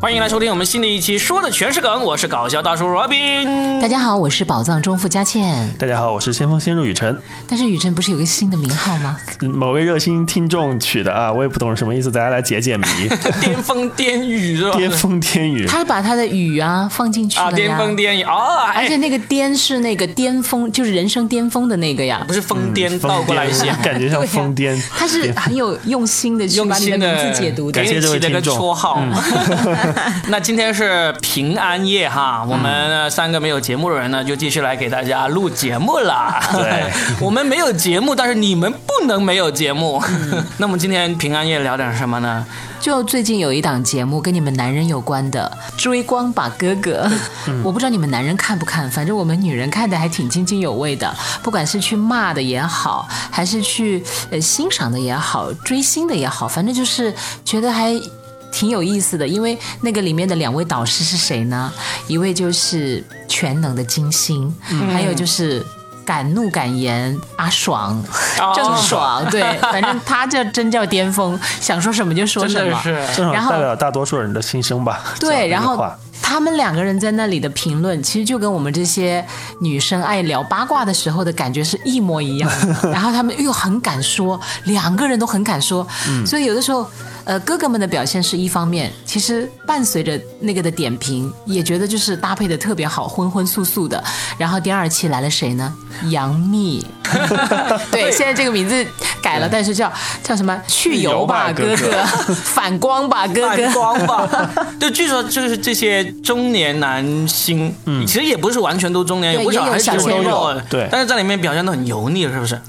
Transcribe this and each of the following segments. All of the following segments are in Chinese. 欢迎来收听我们新的一期，说的全是梗，我是搞笑大叔 Robin。 大家好，我是宝藏中傅佳倩。大家好，我是先锋先入雨辰，但是雨辰不是有个新的名号吗？嗯某位热心听众取的啊，我也不懂什么意思，大家来解 解谜。巅峰巅雨是吧？巅峰天宇，他把他的雨啊放进去啊，了巅呀，峰巅雨哦，而且哎，那个巅是那个巅峰，就是人生巅峰的那个呀不。是疯癫，疯倒过来写癫。 感觉像疯癫。他是很有用心的去用把你的心名的字解读的感。谢给你这起位了个听众绰号。 那今天是平安夜哈，我们呢三个没有节目的人呢，就继续来给大家录节目啦。对， 我们没有节目，但是你们不能没有节目。 那我们今天平安夜聊点什么呢？就最近有一档节目跟你们男人有关的《追光吧哥哥》，我不知道你们男人看不看，反正我们女人看的还挺津津有味的。不管是去骂的也好，还是去呃欣赏的也好，追星的也好，反正就是觉得还。挺有意思的，因为那个里面的两位导师是谁呢？一位就是全能的金星，还有就是敢怒敢言阿爽，哦郑爽，对，反正他这真叫巅峰，想说什么就说真什的么。是正好然后代表大多数人的心声吧。对，讲然这个后话他们两个人在那里的评论，其实就跟我们这些女生爱聊八卦的时候的感觉是一模一样的。然后他们又很敢说，两个人都很敢说，所以有的时候，呃，哥哥们的表现是一方面，其实伴随着那个的点评，也觉得就是搭配的特别好，荤荤素素的。然后第二期来了谁呢？杨幂，对，现在这个名字改了，但是叫叫什么？去油吧，去油吧哥哥，反光吧，哥哥反。光 吧。对，据说就是这些中年男星，其实也不是完全都中年，对有不少也有还是小挺鲜肉肉的。对但是在里面表现的很油腻，是不是？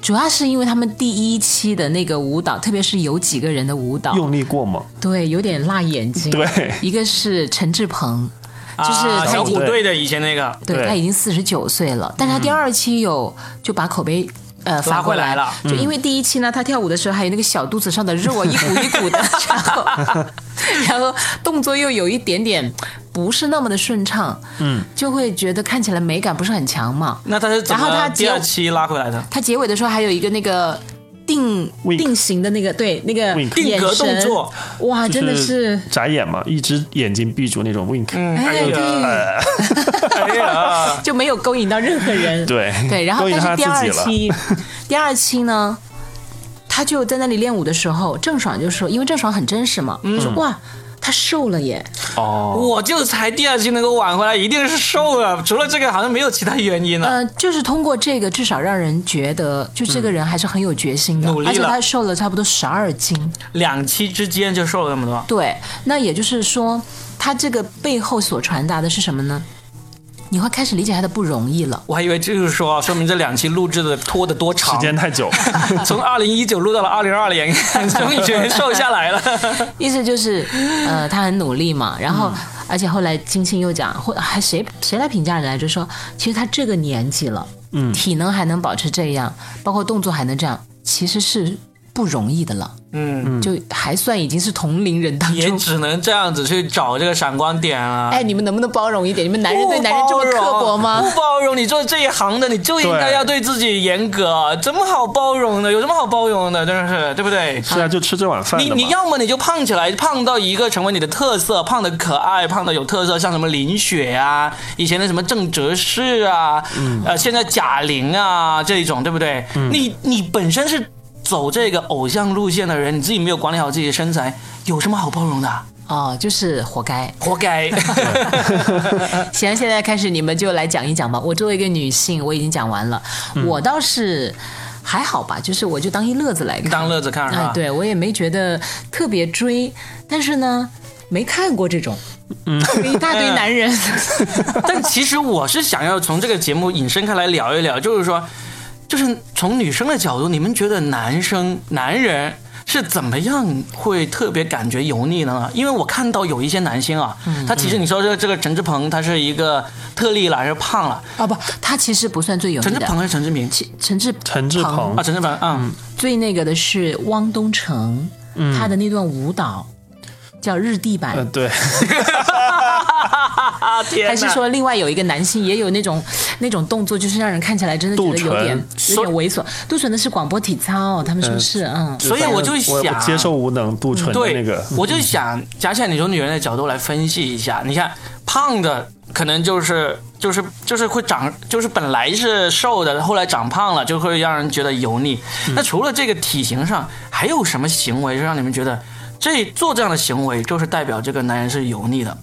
主要是因为他们第一期的那个舞蹈，特别是有几个人的舞蹈，用力过猛，对，有点辣眼睛。对一个是陈志朋，就是啊他小已经、虎队的以前那个，对对他已经四十九岁了，但是他第二期有、就把口碑。呃，反过回来来了就因为第一期呢，他跳舞的时候还有那个小肚子上的肉啊，一股一股的，然后 然后动作又有一点点不是那么的顺畅，嗯，就会觉得看起来美感不是很强嘛。那他是怎然后么他第结二期拉回来的？他结尾的时候还有一个那个定 Wink 定型的那个对那个 Wink 定眼格动神作，哇，就真的是。眨眼嘛，一只眼睛闭住那种 wink。哎哎，呀， 哎呀，对，就没有勾引到任何人。 对对，然后勾引但他是第自己二了期，第二期呢，他就在那里练舞的时候，郑爽就说，因为郑爽很真实嘛，嗯她说哇，他瘦了耶，哦， 我就才第二期能够挽回来，一定是瘦了，除了这个好像没有其他原因了。嗯呃，就是通过这个，至少让人觉得，就这个人还是很有决心的，努力了而且他瘦了差不多十二斤。两期之间就瘦了这么多，对，那也就是说，他这个背后所传达的是什么呢？你会开始理解他的不容易了。我还以为就是说，说明这两期录制的拖得多长，时间太久， 从二零一九录到了二零二 零，终于瘦下来了。意思就是，呃，他很努力嘛，然后，嗯而且后来金星又讲，或还谁谁来评价来着，说其实他这个年纪了，嗯，体能还能保持这样，包括动作还能这样，其实是不容易的了，嗯，就还算已经是同龄人当也中。只能这样子去找这个闪光点啊。哎，你们能不能包容一点？你们男人哎对哎不男人这么刻薄吗包容？不包容，你做这一行的，你就应该对要对自己严格，怎么好包容的？有什么好包容的？真的是，对不对？是啊，就吃这碗饭你的你嘛。要么你就胖起来，胖到一个成为你的特色，胖的可爱，胖的有特色，像什么林雪啊，以前的什么郑则仕啊，嗯呃，现在贾玲啊这一种，对不对？你你本身是走这个偶像路线的人，你自己没有管理好自己的身材，有什么好包容的？啊哦，就是活该。活该。行，现在开始你们就来讲一讲吧。我作为一个女性，我已经讲完了，嗯我倒是还好吧，就是我就当一乐子来 看，当乐子看是吧哎，对我也没觉得特别追，但是呢，没看过这种，嗯就是一大堆 男人，但其实我是想要从这个节目引申开来聊一聊，就是说，就是从女生的角度，你们觉得男生、男人是怎么样会特别感觉油腻的呢？因为我看到有一些男星啊，嗯他其实你说这这个陈志朋，他是一个特例了，还是胖了？啊不，他其实不算最有陈名志的朋。还是陈志明？其陈志陈志朋朋啊，陈志朋， 嗯，最那个的是汪东呃 城，他的那段舞蹈叫日地板，嗯，对，天哪还是说另外有一个男性也有那种那种动作，就是让人看起来真的觉杜得淳有点有所点猥琐。杜淳的是广播体操，他们说是嗯，所以我 就我想接受无能杜淳的对，那个，我就想，假想你从女人的角度来分析一下，你看胖的可能就是就是就是会长，就是本来是瘦的，后来长胖了，就会让人觉得油腻。嗯那除了这个体型上，还有什么行为是让你们觉得这做这样的行为就是代表这个男人是油腻的？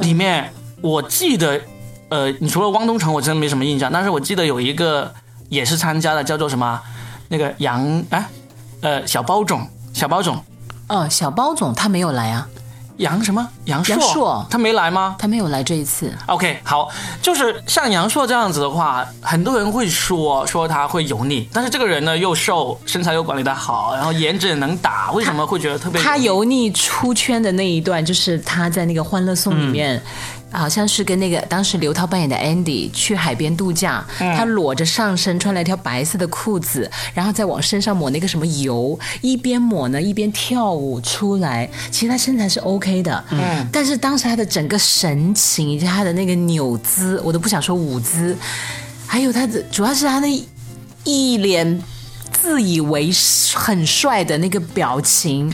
里面我记得，呃，你除了汪东城，我真没什么印象，但是我记得有一个也是参加的，叫做什么那个杨哎，呃，小包总，小包总。哦，小包总他没有来啊，杨什么杨硕？杨烁他没来吗他没有来这一次。 ？OK，好，就是像杨硕这样子的话，很多人会说说他会油腻，但是这个人呢又瘦，身材又管理的好，然后颜值也能打，为什么会觉得特别腻他油腻出圈的那一段，就是他在那个《欢乐颂》里面。好像是跟那个当时刘涛扮演的 Andy 去海边度假，他裸着上身穿了一条白色的裤子，然后再往身上抹那个什么油，一边抹呢一边跳舞出来。其实他身材是 OK 的，嗯，但是当时他的整个神情以及他的那个扭姿，我都不想说舞姿，还有他的主要是他那一脸自以为是很帅的那个表情，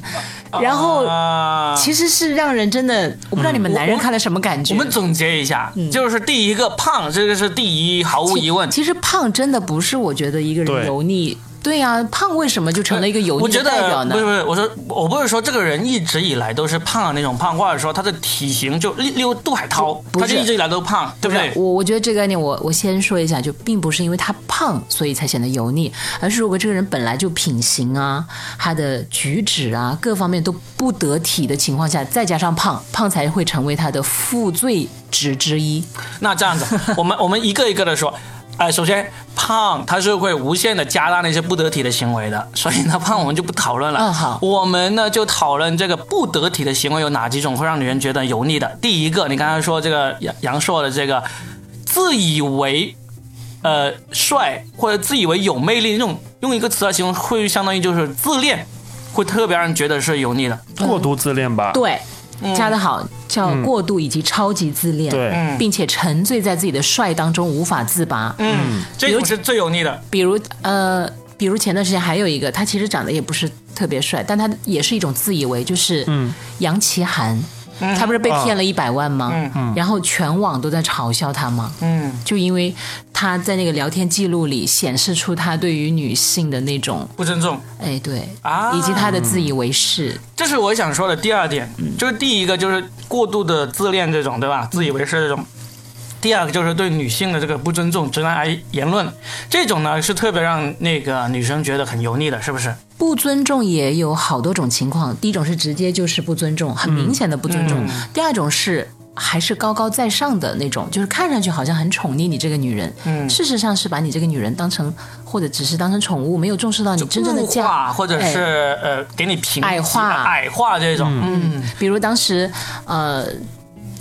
然后啊？其实是让人真的，我不知道你们男人看了什么感觉。我们总结一下，就是第一个胖，这个是第一，毫无疑问。其实胖真的不是我觉得一个人对油腻，对呀、胖为什么就成了一个油我腻觉的得代表呢不是？不是，我说我不是说这个人一直以来都是胖的那种胖，或者说他的体型就例例如杜海涛，不他是就一直以来都胖，对不对？我我觉得这个概念，我我先说一下，就并不是因为他胖所以才显得油腻，而是如果这个人本来就品行啊、他的举止啊各方面都不得体的情况下，再加上胖，胖才会成为他的负罪值之一。那这样子， 我们我们一个一个的说。呃，首先胖它是会无限的加大那些不得体的行为的，所以呢胖我们就不讨论了。嗯好我们呢就讨论这个不得体的行为有哪几种会让女人觉得油腻的。第一个，你刚才说这个杨杨烁的这个自以为呃帅或者自以为有魅力那种，用一个词来形容，会相当于就是自恋，会特别让人觉得是油腻的。过度自恋吧，对，加的好，叫过度以及超级自恋，对嗯并且沉醉在自己的帅当中无法自拔。嗯，这种是最油腻的。比如呃，比如前段时间还有一个，他其实长得也不是特别帅，但他也是一种自以为，就是杨奇涵。他不是被骗了一百万吗？然后全网都在嘲笑他吗？嗯，就因为他在那个聊天记录里显示出他对于女性的那种，不尊重。哎，对，啊以及他的自以为是，这是我想说的第二点，就是第一个就是过度的自恋这种，对吧？自以为是这种。第二个就是对女性的这个不尊重、直男癌言论，这种呢是特别让那个女生觉得很油腻的，是不是？不尊重也有好多种情况，第一种是直接就是不尊重，很明显的不尊重；嗯第二种是还是高高在上的那种，就是看上去好像很宠溺你这个女人，嗯事实上是把你这个女人当成或者只是当成宠物，没有重视到你真正的物价。哎化或者是、呃给你评矮化矮化这种，嗯，比如当时，呃。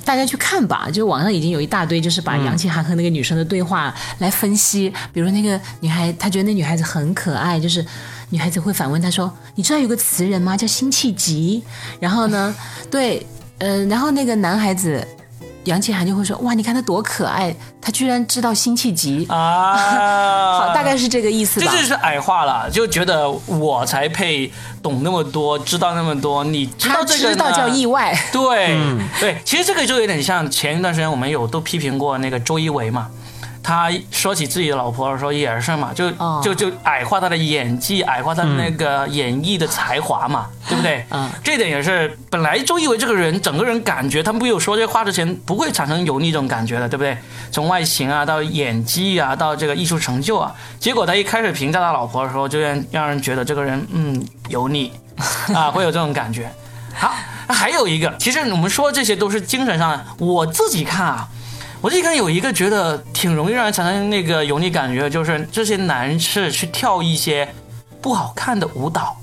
大家去看吧，就网上已经有一大堆，就是嗯把杨奇涵和那个女生的对话来分析。比如那个女孩，她觉得那女孩子很可爱，就是女孩子会反问她说：“你知道有个词人吗？叫辛弃疾。”然 后呢，对，嗯、然后那个男孩子杨奇涵就会说：“哇，你看他多可爱，他居然知道辛弃疾。啊，嗯 好，大概是这个意思这吧就。是矮化了，就觉得我才配懂那么多，知道那么多，你知道他这个啊知道呢叫意外， 对、对，其实这个就有点像前一段时间我们有都批评过那个周一围嘛，他说起自己的老婆的时候也是嘛，就、哦就就矮化他的演技，矮化他的那个演绎的才华嘛，对不对？嗯这点也是本来周一围这个人整个人感觉，他们没有说这话之前不会产生油腻这种感觉的，对不对？从外形啊到演技啊到这个艺术成就啊，结果他一开始评价他老婆的时候，就让让人觉得这个人嗯油腻啊，会有这种感觉。好，那还有一个，其实我们说这些都是精神上的。我自己看啊，我自己看有一个觉得挺容易让人产生那个油腻感觉，就是这些男士去跳一些不好看的舞蹈，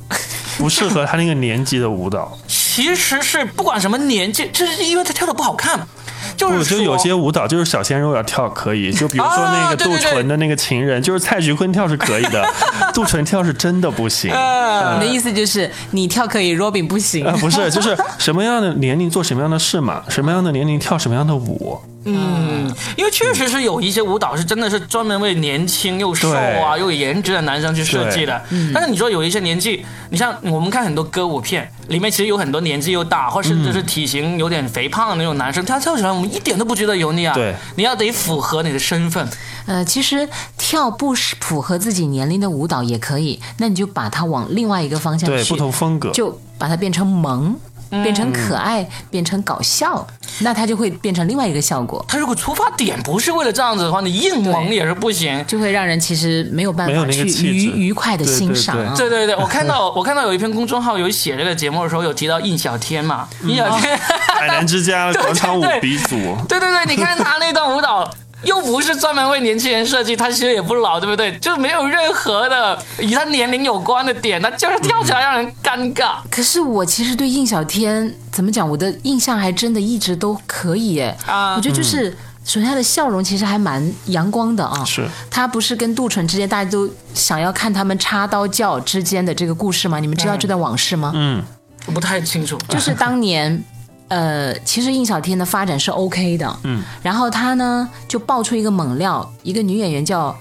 不适合他那个年纪的舞蹈，其实是不管什么年纪，就是因为他跳的不好看。 就是不，就说有些舞蹈就是小鲜肉要跳可 以，就比如说那啊个对杜对对淳的那个情人，就是蔡徐坤跳是可以的，哦杜淳跳是真的不 行。呃 你的意思就是你跳可以，Robin 不行啊，。不是，就是什么样的年龄做什么样的事嘛，什么样的年龄跳什么样的舞，嗯，因为确实是有一些舞蹈是真的是专门为年轻又瘦啊对嗯又有颜值的男生去设计的。但是你说有一些年纪，你像我们看很多歌舞片，里面其实有很多年纪又大，或嗯甚至是体型有点肥胖的那种男生，他跳起来我们一点都不觉得油腻啊。对，你要得符合你的身份。呃，其实跳不是符合自己年龄的舞蹈也可以，那你就把它往另外一个方向去，对，不同风格。就把它变成萌。变成可爱，变成搞笑，那它就会变成另外一个效果，他如果出发点不是为了这样子的话，你硬萌也是不嗯行。就会让人其实没有办没有法那去个气质愉愉快的对欣对赏对啊。对对对，我看 到我看到有一篇公众号有写这个节目的时候，有提到印小天嘛，嗯印小天，海 南之家广场舞对对鼻祖，对对对，你看他那段舞蹈。又不是专门为年轻人设计，他其实也不老，对不对？就没有任何的与他年龄有关的点，他就是跳起来让人尴尬。可是我其实对印小天怎么讲，我的印象还真的一直都可以耶。啊我觉得就是，首先他的笑容其实还蛮阳光的啊。嗯是他不是跟杜淳之间，大家都想要看他们插刀教之间的这个故事吗？你们知道这段往事吗？嗯，我不太清楚，就是当年。呃，其实印小天的发展是 OK 的，嗯，然后他呢就爆出一个猛料，一个女演员叫，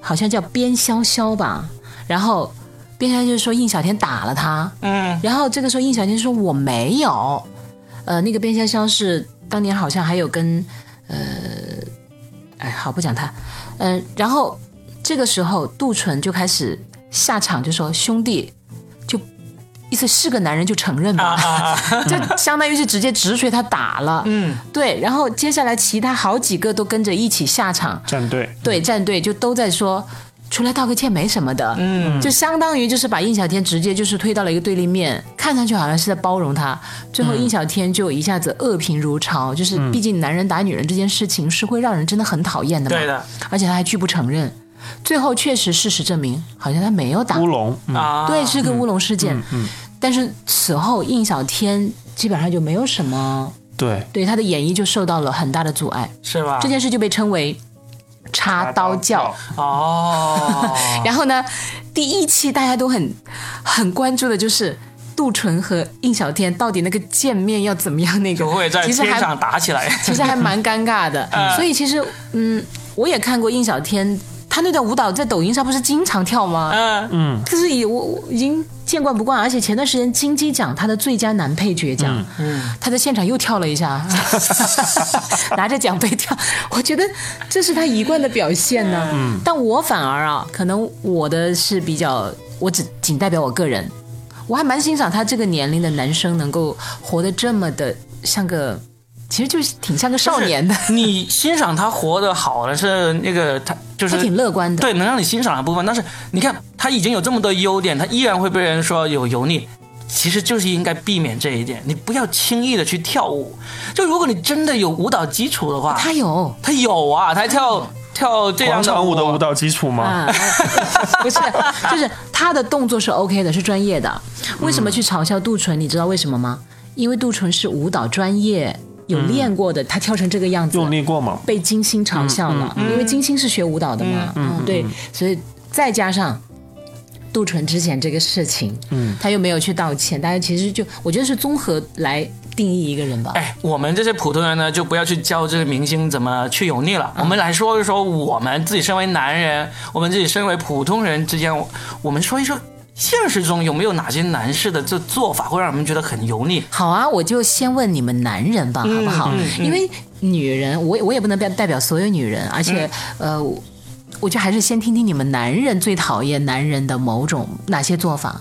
好像叫边潇潇吧，然后边潇潇就说印小天打了他，嗯，然后这个时候，印小天说我没有，呃，那个边潇潇是当年好像还有跟呃，哎，好不讲他，嗯、然后这个时候杜淳就开始下场，就说兄弟，就意思是个男人就承认吧，啊 就相当于是直接直锤他打了，嗯，对，然后接下来其他好几个都跟着一起下场，战队。对战队就都在说。出来道个歉没什么的，嗯，就相当于就是把印小天直接就是推到了一个对立面，看上去好像是在包容他，最后印小天就一下子恶评如潮，就是毕竟男人打女人这件事情是会让人真的很讨厌的嘛，对的而且他还拒不承认，最后确实事实证明好像他没有打乌龙，嗯啊，对，是个乌龙事件，但是此后印小天基本上就没有什么对，对他的演绎就受到了很大的阻碍，是吧这？件事就被称为啊插刀教。哦，然后呢，第一期大家都很很关注的就是杜淳和印小天到底那个见面要怎么样那个就，会在其实天还上打起来。其实还蛮尴 尬的。所以其实嗯，我也看过印小天，他那段舞蹈在抖音上不是经常跳吗？嗯，可是已我我已经见惯不惯，而且前段时间金鸡奖他的最佳男配角奖，他在现场又跳了 一下， 拿着奖杯跳，我觉得这是他一贯的表现呢、嗯但我反而啊，可能我的是比较，我只仅代表我个人，我还蛮欣赏他这个年龄的男生能够活得这么的像个，其实就是挺像个少年的，就是你欣赏他活得好的是那个他就是他挺乐观的。对，能让你欣赏的部分。但是你看，他已经有这么多优点，他依然会被人说有油腻。其实就是应该避免这一点，你不要轻易的去跳舞。就如果你真的有舞蹈基础的话，他嗯有。他有啊，他跳跳这样广的啊场舞的舞蹈，蹈基础吗？啊， 不是，就是他的动作是 OK 的，是专业的。为什么去嘲笑杜淳？你知道为什么吗？因为杜淳是舞蹈专业，有练过的，他跳成这个样子，用力过吗？被金星嘲笑了，因为金星是学舞蹈的嘛，嗯，对，所以再加上。杜淳之前这个事情，嗯，他又没有去道歉，大家其实就我觉得是综合来定义一个人吧。哎，我们这些普通人呢，就不要去教这些明星怎么去油腻嗯了。我们来说一说我们自己身为男人，我们自己身为普通人之间，我我们说一说现实中有没有哪些男士的这做法会让我们觉得很油腻？好啊，我就先问你们男人吧，好不好？因为女人，我也我也不能代代表所有女人，而且、呃，我我觉得还是先听听你们男人最讨厌男人的某种哪些做法，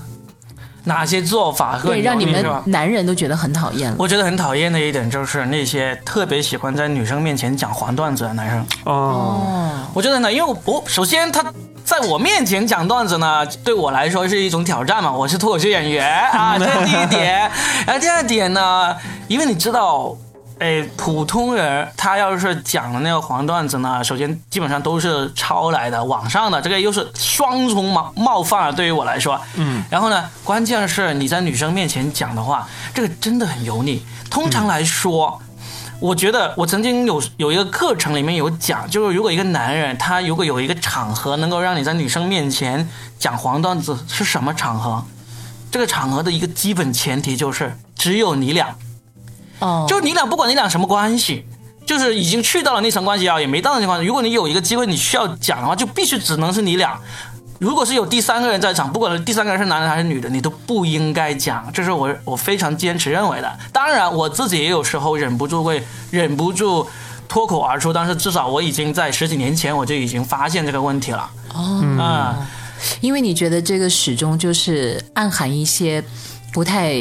哪些做法会对，很油让你腻们是吧？男人都觉得很讨厌了。我觉得很讨厌的一点就是那些特别喜欢在女生面前讲黄段子的男生。哦，我觉得呢，因为我我首先他在我面前讲段子呢，对我来说是一种挑战嘛，我是脱口秀演员啊，这是第一点。然后第二点呢，因为你知道。哎，普通人他要是讲的那个黄段子呢，首先基本上都是抄来的，网上的这个又是双重冒冒犯啊，对于我来说，嗯，然后呢，关键是你在女生面前讲的话，这个真的很油腻。通常来说，我觉得我曾经有有一个课程里面有讲，就是如果一个男人他如果有一个场合能够让你在女生面前讲黄段子，是什么场合？这个场合的一个基本前提就是只有你俩，哦，就你俩不管你俩什么关系，就是已经去到了那层关系啊，也没到那层关系。如果你有一个机会你需要讲的话，就必须只能是你俩。如果是有第三个人在场，不管第三个人是男的还是女的，你都不应该讲，这是我我非常坚持认为的。当然，我自己也有时候忍不住会忍不住脱口而出，但是至少我已经在十几年前我就已经发现这个问题了。哦，啊、因为你觉得这个始终就是暗含一些不太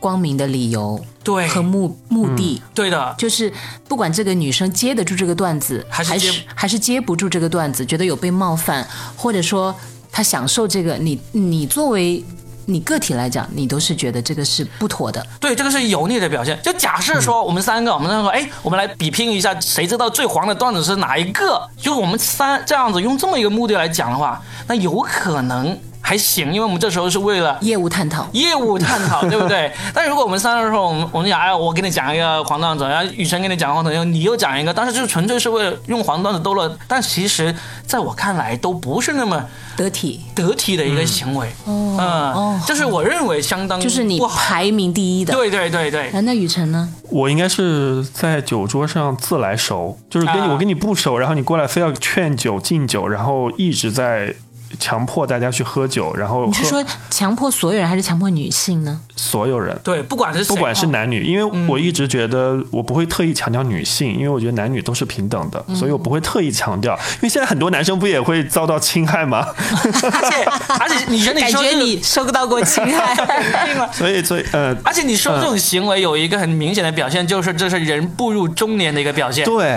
光明的理由对，和目目的。对的，就是不管这个女生接得住这个段子，还是还接是还是接不住这个段子，觉得有被冒犯，或者说她享受这个，你你作为你个体来讲，你都是觉得这个是不妥的。对，这个是油腻的表现。就假设嗯说我们三个，我们三个说，哎，我们来比拼一下，谁知道最黄的段子是哪一个？就我们三这样子，用这么一个目的来讲的话，那有可能还行，因为我们这时候是为了。业务探讨，业务探 讨，对不对？但如果我们三个人说，我们我们讲，哎，我给你讲一个黄段子，然后雨辰给你讲黄段子，你又讲一个，但是就是纯粹是为了用黄段子逗乐，但其实在我看来都不是那么得体得体的一个行为，嗯，哦这是我认为相当就是你不好排名第一的。对对对对，啊，那雨辰呢？我应该是在酒桌上自来熟，就是跟你、啊我跟你不熟，然后你过来非要劝酒敬酒，然后一直在强迫大家去喝酒，然后你是喝说强迫所有人，还是强迫女性呢？所有啊人。对，不管是谁哦不管是男女，因为我一直觉得我不会特意强调女性，因为我觉得男女都是平等嗯的，所以我不会特意强调。因为现在很多男生不也会遭到侵害吗？而且而且你觉得你感说觉这个你受到过侵害。 肯定了。所以，所以，呃，而且你说这种行为有一个很明显的表现，就是这是人步入中年的一个表现。对，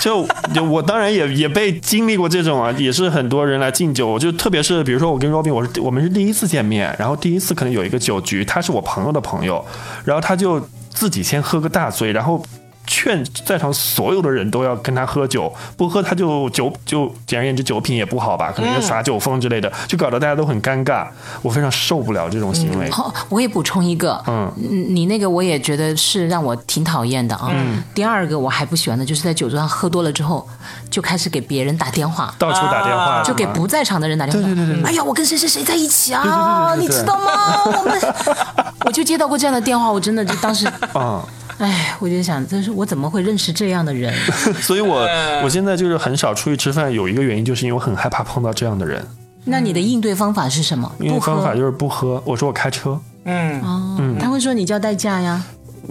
就就我当然也也被经历过这种啊，也是很多人来敬酒，我就特别是比如说我跟 Robin，我是我们是第一次见面，然后第一次可能有一个酒局，他是我朋友的朋友，然后他就自己先喝个大醉，然后。劝在场所有的人都要跟他喝酒，不喝他就酒就简而言之酒品也不好吧，可嗯能就耍酒疯之类的，就搞得大家都很尴尬。我非常受不了这种行为。哦，我也补充一个，嗯你那个我也觉得是让我挺讨厌的啊。嗯第二个我还不喜欢的就是在酒桌上喝多了之后，就开始给别人打电话。到处打电话、啊哦就给不在场的人打电话。对对对对对哎呀，我跟谁谁谁在一起啊？对对对对你对知道吗？我们，我就接到过这样的电话，我真的就当时，啊。哎，我就想，这是我怎么会认识这样的 人？所以我哎我现在就是很少出去吃饭，有一个原因就是因为我很害怕碰到这样的人。那你的应对方法是什么？因为不方法喝。就是不喝，我说我开车，嗯，哦，他会说你叫代驾呀。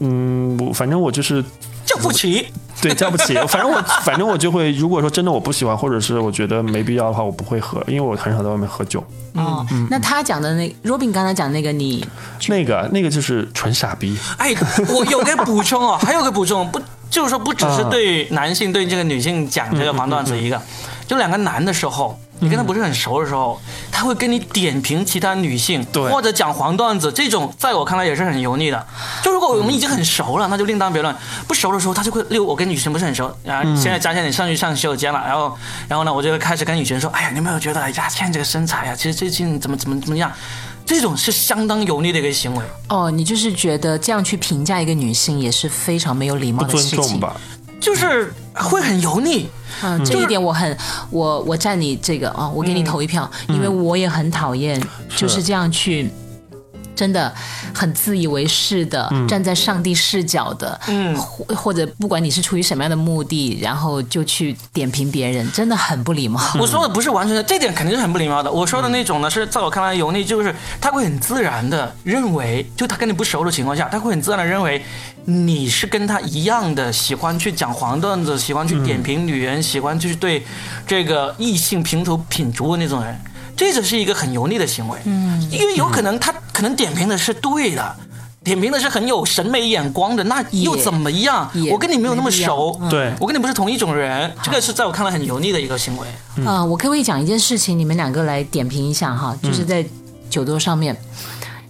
嗯，我反正我就是就不骑。对叫不起，反正我反正我就会，如果说真的我不喜欢，或者是我觉得没必要的话，我不会喝，因为我很少在外面喝酒。哦，嗯那他讲的那 Robin 刚才讲那个你那个那个就是纯傻逼，哎，我有个补充 哦，还有个补充，不就是说不只是啊嗯对男性对这个女性讲这个黄段子一个，就两个男的时候。你跟他不是很熟的时候，他会跟你点评其他女性，对或者讲黄段子，这种在我看来也是很油腻的。就如果我们已经很熟了，那就另当别论；不熟的时候，他就会，例如我跟女生不是很熟，然嗯后现在佳倩你上去上洗手间了，然后，然后呢，我就会开始跟女生说，哎呀，你有没有觉得，哎呀，倩这个身材呀、其实最近怎么怎么怎么样，这种是相当油腻的一个行为。哦，你就是觉得这样去评价一个女性也是非常没有礼貌不的尊事重情。吧？就是会很油腻。嗯，这一点我很，我我站你这个啊、哦，我给你投一票，嗯因为我也很讨厌就是这样去。真的很自以为是的，嗯站在上帝视角的，嗯，或或者不管你是出于什么样的目的，然后就去点评别人，真的很不礼貌。我说的不是完全的，这点肯定是很不礼貌的。我说的那种呢，是在我看来油腻，就是他会很自然的认为，就他跟你不熟的情况下，他会很自然的认为你是跟他一样的，喜欢去讲黄段子，喜欢去点评女人，喜欢去对这个异性评头品足的那种人。这就是一个很油腻的行为，嗯，因为有可能他可能点评的是对的，点评的是很有审美眼光的，那又也怎么样也？我跟你没有那么没必要熟，对我跟你不是同一种人，这个是在我看来很油腻的一个行为。啊、我可不可以讲一件事情？你们两个来点评一下哈，就是在酒桌上面，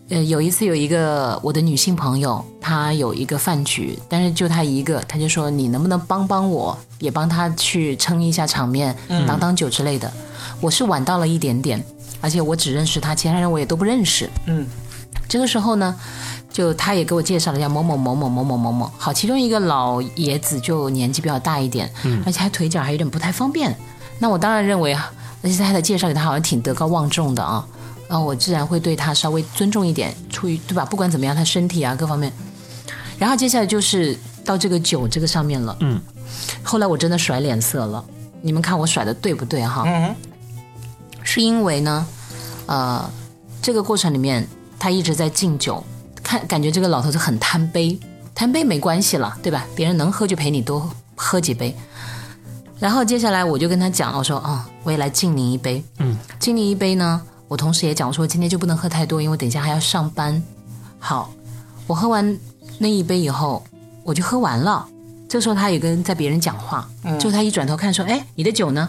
呃，有一次有一个我的女性朋友，她有一个饭局，但是就她一个，她就说你能不能帮帮我，也帮她去撑一下场面，挡挡酒之类的。我是晚到了一点点，而且我只认识她，其他人我也都不认识。嗯，这个时候呢，就他也给我介绍了一下某某某某某某某某。好，其中一个老爷子就年纪比较大一点，而且他腿脚还有点不太方便。那我当然认为，啊而且他的介绍给他好像挺德高望重的啊，啊，我自然会对他稍微尊重一点，出于对吧？不管怎么样，他身体啊各方面。然后接下来就是到这个酒这个上面了，嗯，后来我真的甩脸色了，你们看我甩的对不对哈？嗯，是因为呢，呃，这个过程里面他一直在敬酒，看感觉这个老头子很贪杯，贪杯没关系了，对吧？别人能喝就陪你多喝几杯。然后接下来我就跟他讲，我说啊、我也来敬您一杯，嗯，敬您一杯呢，我同时也讲，我说今天就不能喝太多，因为我等一下还要上班。好，我喝完那一杯以后，我就喝完了。这时候他也跟在别人讲话，就他一转头看说：“哎，你的酒呢？”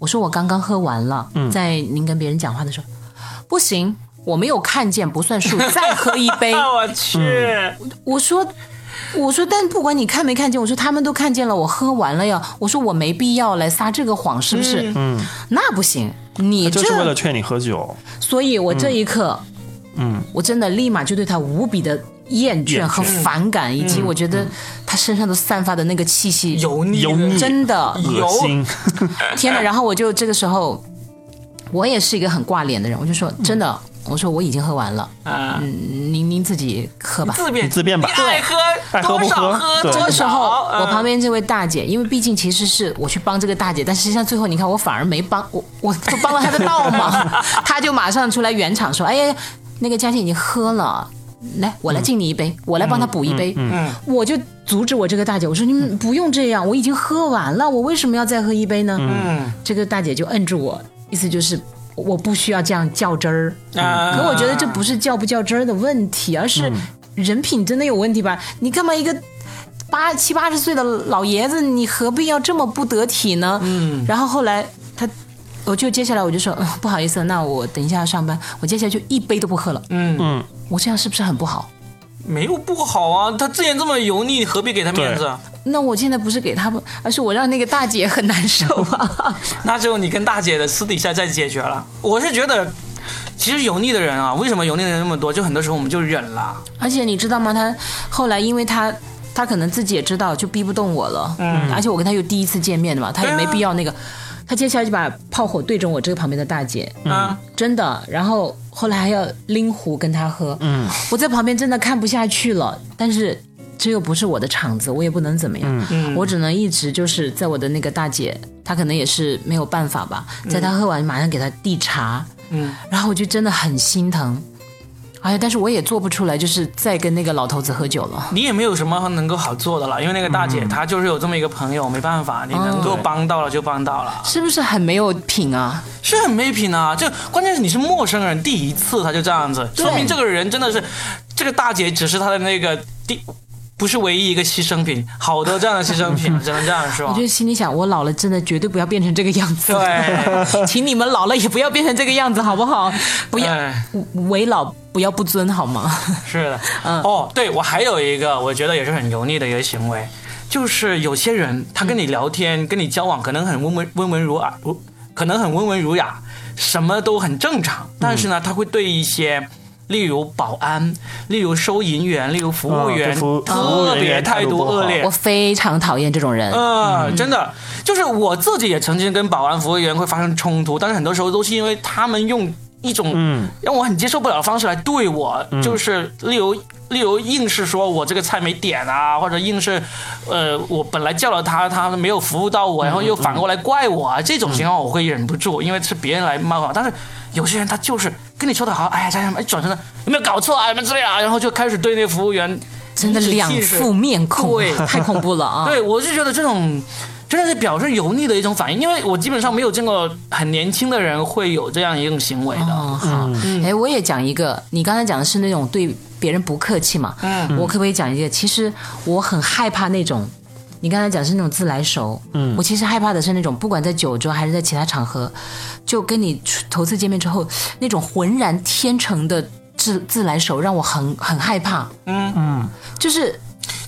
我说：“我刚刚喝完了。”在您跟别人讲话的时候，不行，我没有看见，不算数，再喝一杯。哎我去，嗯我说，我说，但不管你看没看见，我说他们都看见了，我喝完了呀。我说我没必要来撒这个谎，是不是？嗯，那不行，你就这是为了劝你喝酒。所以我这一刻，嗯，我真的立马就对他无比的厌倦厌嗯和反感，以及我觉得他身上都散发的那个气息，油腻油的腻真的，恶 心，天嗯哪！然后我就这个时候，我也是一个很挂脸的人，我就说嗯真的，我说我已经喝完了，啊，嗯您您自己喝吧。自便嗯你自便吧你爱喝爱喝不多少喝对多这个时少候，嗯我旁边这位大姐，因为毕竟其实是我去帮这个大姐，但实际上最后你看，我反而没帮我，我都帮了她的倒 忙，她就马上出来圆场说：“哎呀，那个嘉欣已经喝了。”来，我来敬你一杯，我来帮她补一杯。嗯，我就阻止我这个大姐，我说你们不用这样，我已经喝完了，我为什么要再喝一杯呢？嗯，这个大姐就摁住我，意思就是我不需要这样较真儿。啊可我觉得这不是较不较真儿的问题，而是人品真的有问题吧？你干嘛一个八七八十岁的老爷子，你何必要这么不得体呢？嗯。然后后来他，我就接下来我就说、嗯不好意思，那我等一下要上班，我接下来就一杯都不喝了。嗯嗯，我这样是不是很不好？没有不好啊，他之前这么油腻，何必给他面子啊？那我现在不是给他们，而是我让那个大姐很难受啊。那就你跟大姐的私底下再解决了。我是觉得，其实油腻的人啊，为什么油腻的人那么多？就很多时候我们就忍了。而且你知道吗？他后来因为他。他可能自己也知道，就逼不动我了。嗯，而且我跟他又第一次见面的嘛，他也对没啊必要那个。他接下来就把炮火对准我这个旁边的大姐，啊，真的。然后后来还要拎壶跟他喝，嗯，我在旁边真的看不下去了。但是这又不是我的场子，我也不能怎么样，我只能一直就是在我的那个大姐，她可能也是没有办法吧，在她喝完马上给她递茶，嗯，然后我就真的很心疼。哎呀，但是我也做不出来，就是再跟那个老头子喝酒了。你也没有什么能够好做的了，因为那个大姐嗯她就是有这么一个朋友，没办法，你能哦够帮到了就帮到了，是不是很没有品啊？是很没品啊。就关键是你是陌生人，第一次他就这样子，对说明这个人真的是，这个大姐只是他的那个第。不是唯一一个牺牲品，好多这样的牺牲 品，只能这样我说就。心里想，我老了真的绝对不要变成这个样子。对， 请你们老了也不要变成这个样子，好不好？不要哎为老不要不尊，好吗？是的，哦，对我还有一个，我觉得也是很油腻的一个行为，就是有些人他跟你聊天、跟你交往，可能很温文温文儒雅，如可能很温文儒雅，什么都很正常，但是呢，他会对一些。例如保安，例如收银员，例如服务员，啊对服服务特人别员态态度度不好嗯恶劣我。非常讨厌这种人。呃，真的，就是我自己也曾经跟保安、服务员会发生冲突，但是很多时候都是因为他们用一种嗯让我很接受不了的方式来对我，就是例如。例如硬是说我这个菜没点啊，或者硬是，呃，我本来叫了他，他没有服务到我，然后又反过来怪我啊，这种情况我会忍不住，因为是别人来冒犯我。但是有些人他就是跟你说的好，哎呀，家人，哎，转身了，有没有搞错啊，什么之类啊，然后就开始对那服务员真的颐指两气使副面孔对，太恐怖了啊！对，我是觉得这种真的是表示油腻的一种反应，因为我基本上没有见过很年轻的人会有这样一种行为的。哦，好，哎，我也讲一个，你刚才讲的是那种对别人不客气嘛？嗯，我可不可以讲一个？其实我很害怕那种，你刚才讲是那种自来熟，嗯，我其实害怕的是那种，不管在酒桌还是在其他场合，就跟你初头次见面之后那种浑然天成的自自来熟，让我很很害怕。嗯嗯，就是。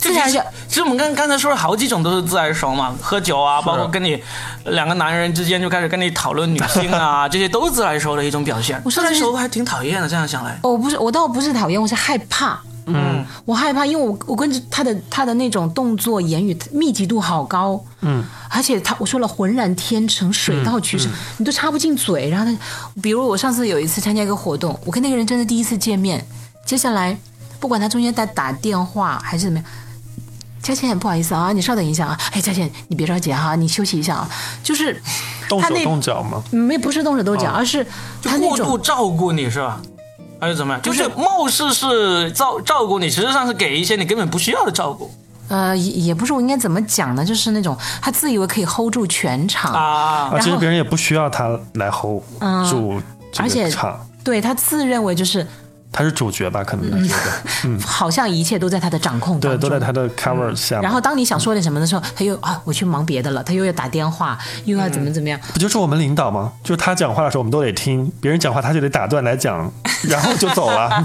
就其自然实就其实我们刚刚才说了好几种都是自来熟嘛，喝酒啊，包括跟你两个男人之间就开始跟你讨论女性啊，这些都是自来熟的一种表现。我自说来这是熟还挺讨厌的，这样想来，哦，不是，我倒不是讨厌，我是害怕。嗯，我害怕，因为我我跟着他的他的那种动作、言语密集度好高，嗯，而且他我说了浑然天成、水到渠成，你都插不进嘴。然后他，比如我上次有一次参加一个活动，我跟那个人真的第一次见面，接下来不管他中间在打电话还是怎么样，佳倩不好意思啊，你稍等一下啊， 哎，佳倩你别着急哈、你休息一下啊，就是动他手那动脚嘛，没不是动手动脚，哦而是就他那过种度照顾你是吧？还是怎么样？就是不貌似是照照顾你，实际上是给一些你根本不需要的照顾呃，也也不是我应该怎么讲呢，就是那种他自以为可以 hold 住全场，啊。啊，其然实后嗯别人也不需要他来 hold 住这而且个场，对他自认为就是他是主角吧？可能他嗯觉 得，好像一切都在他的掌控当对，中。都在他的 cover 下然嘛，后当你想说点什么的时候，他又啊，我去忙别的了，他又要打电话，又要怎么怎么样，不就是我们领导吗？就是他讲话的时候，我们都得听，别人讲话他就得打断来讲，然后就走了，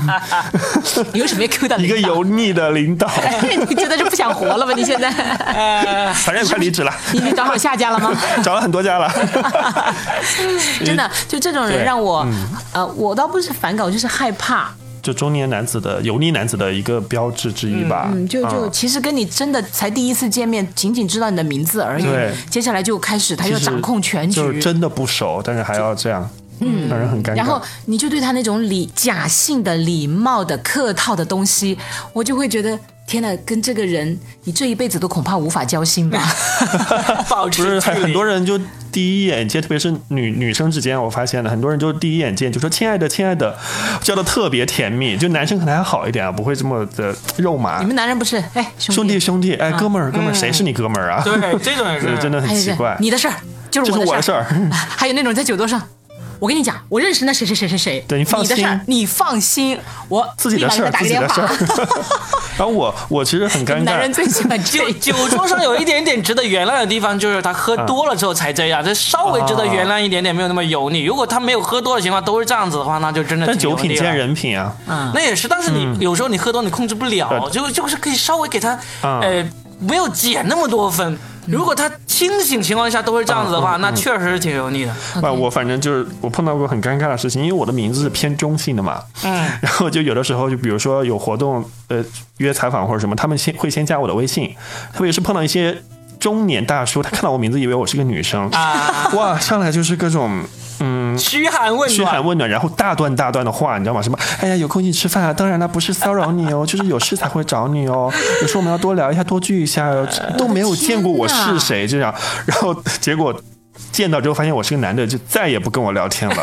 你为什么要 Q 到嗯一个领导？油腻的领导，你真的是不想活了吧？你现 在，反正也快离职了，你你找好下家了吗？ 找了很多家了，真的，就这种人对嗯让我，呃，我倒不是反感，我就是害怕。就中年男子的油腻男子的一个标志之一吧。嗯，就就嗯其实跟你真的才第一次见面，仅仅知道你的名字而已对。接下来就开始他要就是掌控全局，就是真的不熟，但是还要这样，嗯，让人很尴尬。然后你就对他那种礼假性的礼貌的客套的东西，我就会觉得天呐，跟这个人你这一辈子都恐怕无法交心 吧。保持不是，还距离很多人就第一眼见，特别是女女生之间，我发现的很多人就第一眼见就说“亲爱的，亲爱的”，叫的特别甜蜜。就男生可能还好一点啊，不会这么的肉麻你。们男嗯人不是哎兄兄弟，兄弟，哎，哥们儿，哥们儿，谁是你哥们儿啊？对这种也对，是真的很还有奇这怪。哎你的事儿就是这是我我的事儿，儿， 还有那种在酒桌上。我跟你讲，我认识那谁谁谁谁谁，对你放的事儿心，你放心，我自己立的马给他事儿，打自个己电的事话儿。。 然后我我其实很尴男人尬，最喜欢这酒 酒样桌上有一点点值得原谅的地方，就是他喝多了之后才这样，这稍微值得原谅一点点，没有那么油腻。如果他没有喝多的情况都是这样子的话，那就真的但挺酒油腻品了见。人品啊，嗯那也是，但是你有时候你喝多你控制不了，嗯对就就是可以稍微给他，嗯呃，没有减那么多分。如果他清醒情况下都会这样子的嗯话，那确实是挺油腻的。啊，我反正就是我碰到过很尴尬的事情，因为我的名字是偏中性的嘛，嗯， 然后就有的时候就比如说有活动，呃，约采访或者什么，他们先会先加我的微信，特别是碰到一些中年大叔，他看到我名字以为我是个女生，啊，哇，上来就是各种嗯。嘘寒问嘘暖寒。问暖，然后大段大段的话，你知道吗？什么？哎呀，有空一起吃饭啊！当然了，不是骚扰你哦，就是有事才会找你哦。有时候我们要多聊一下，多聚一下哦。都没有见过我是谁，这样。然后结果见到之后发现我是个男的，就再也不跟我聊天了。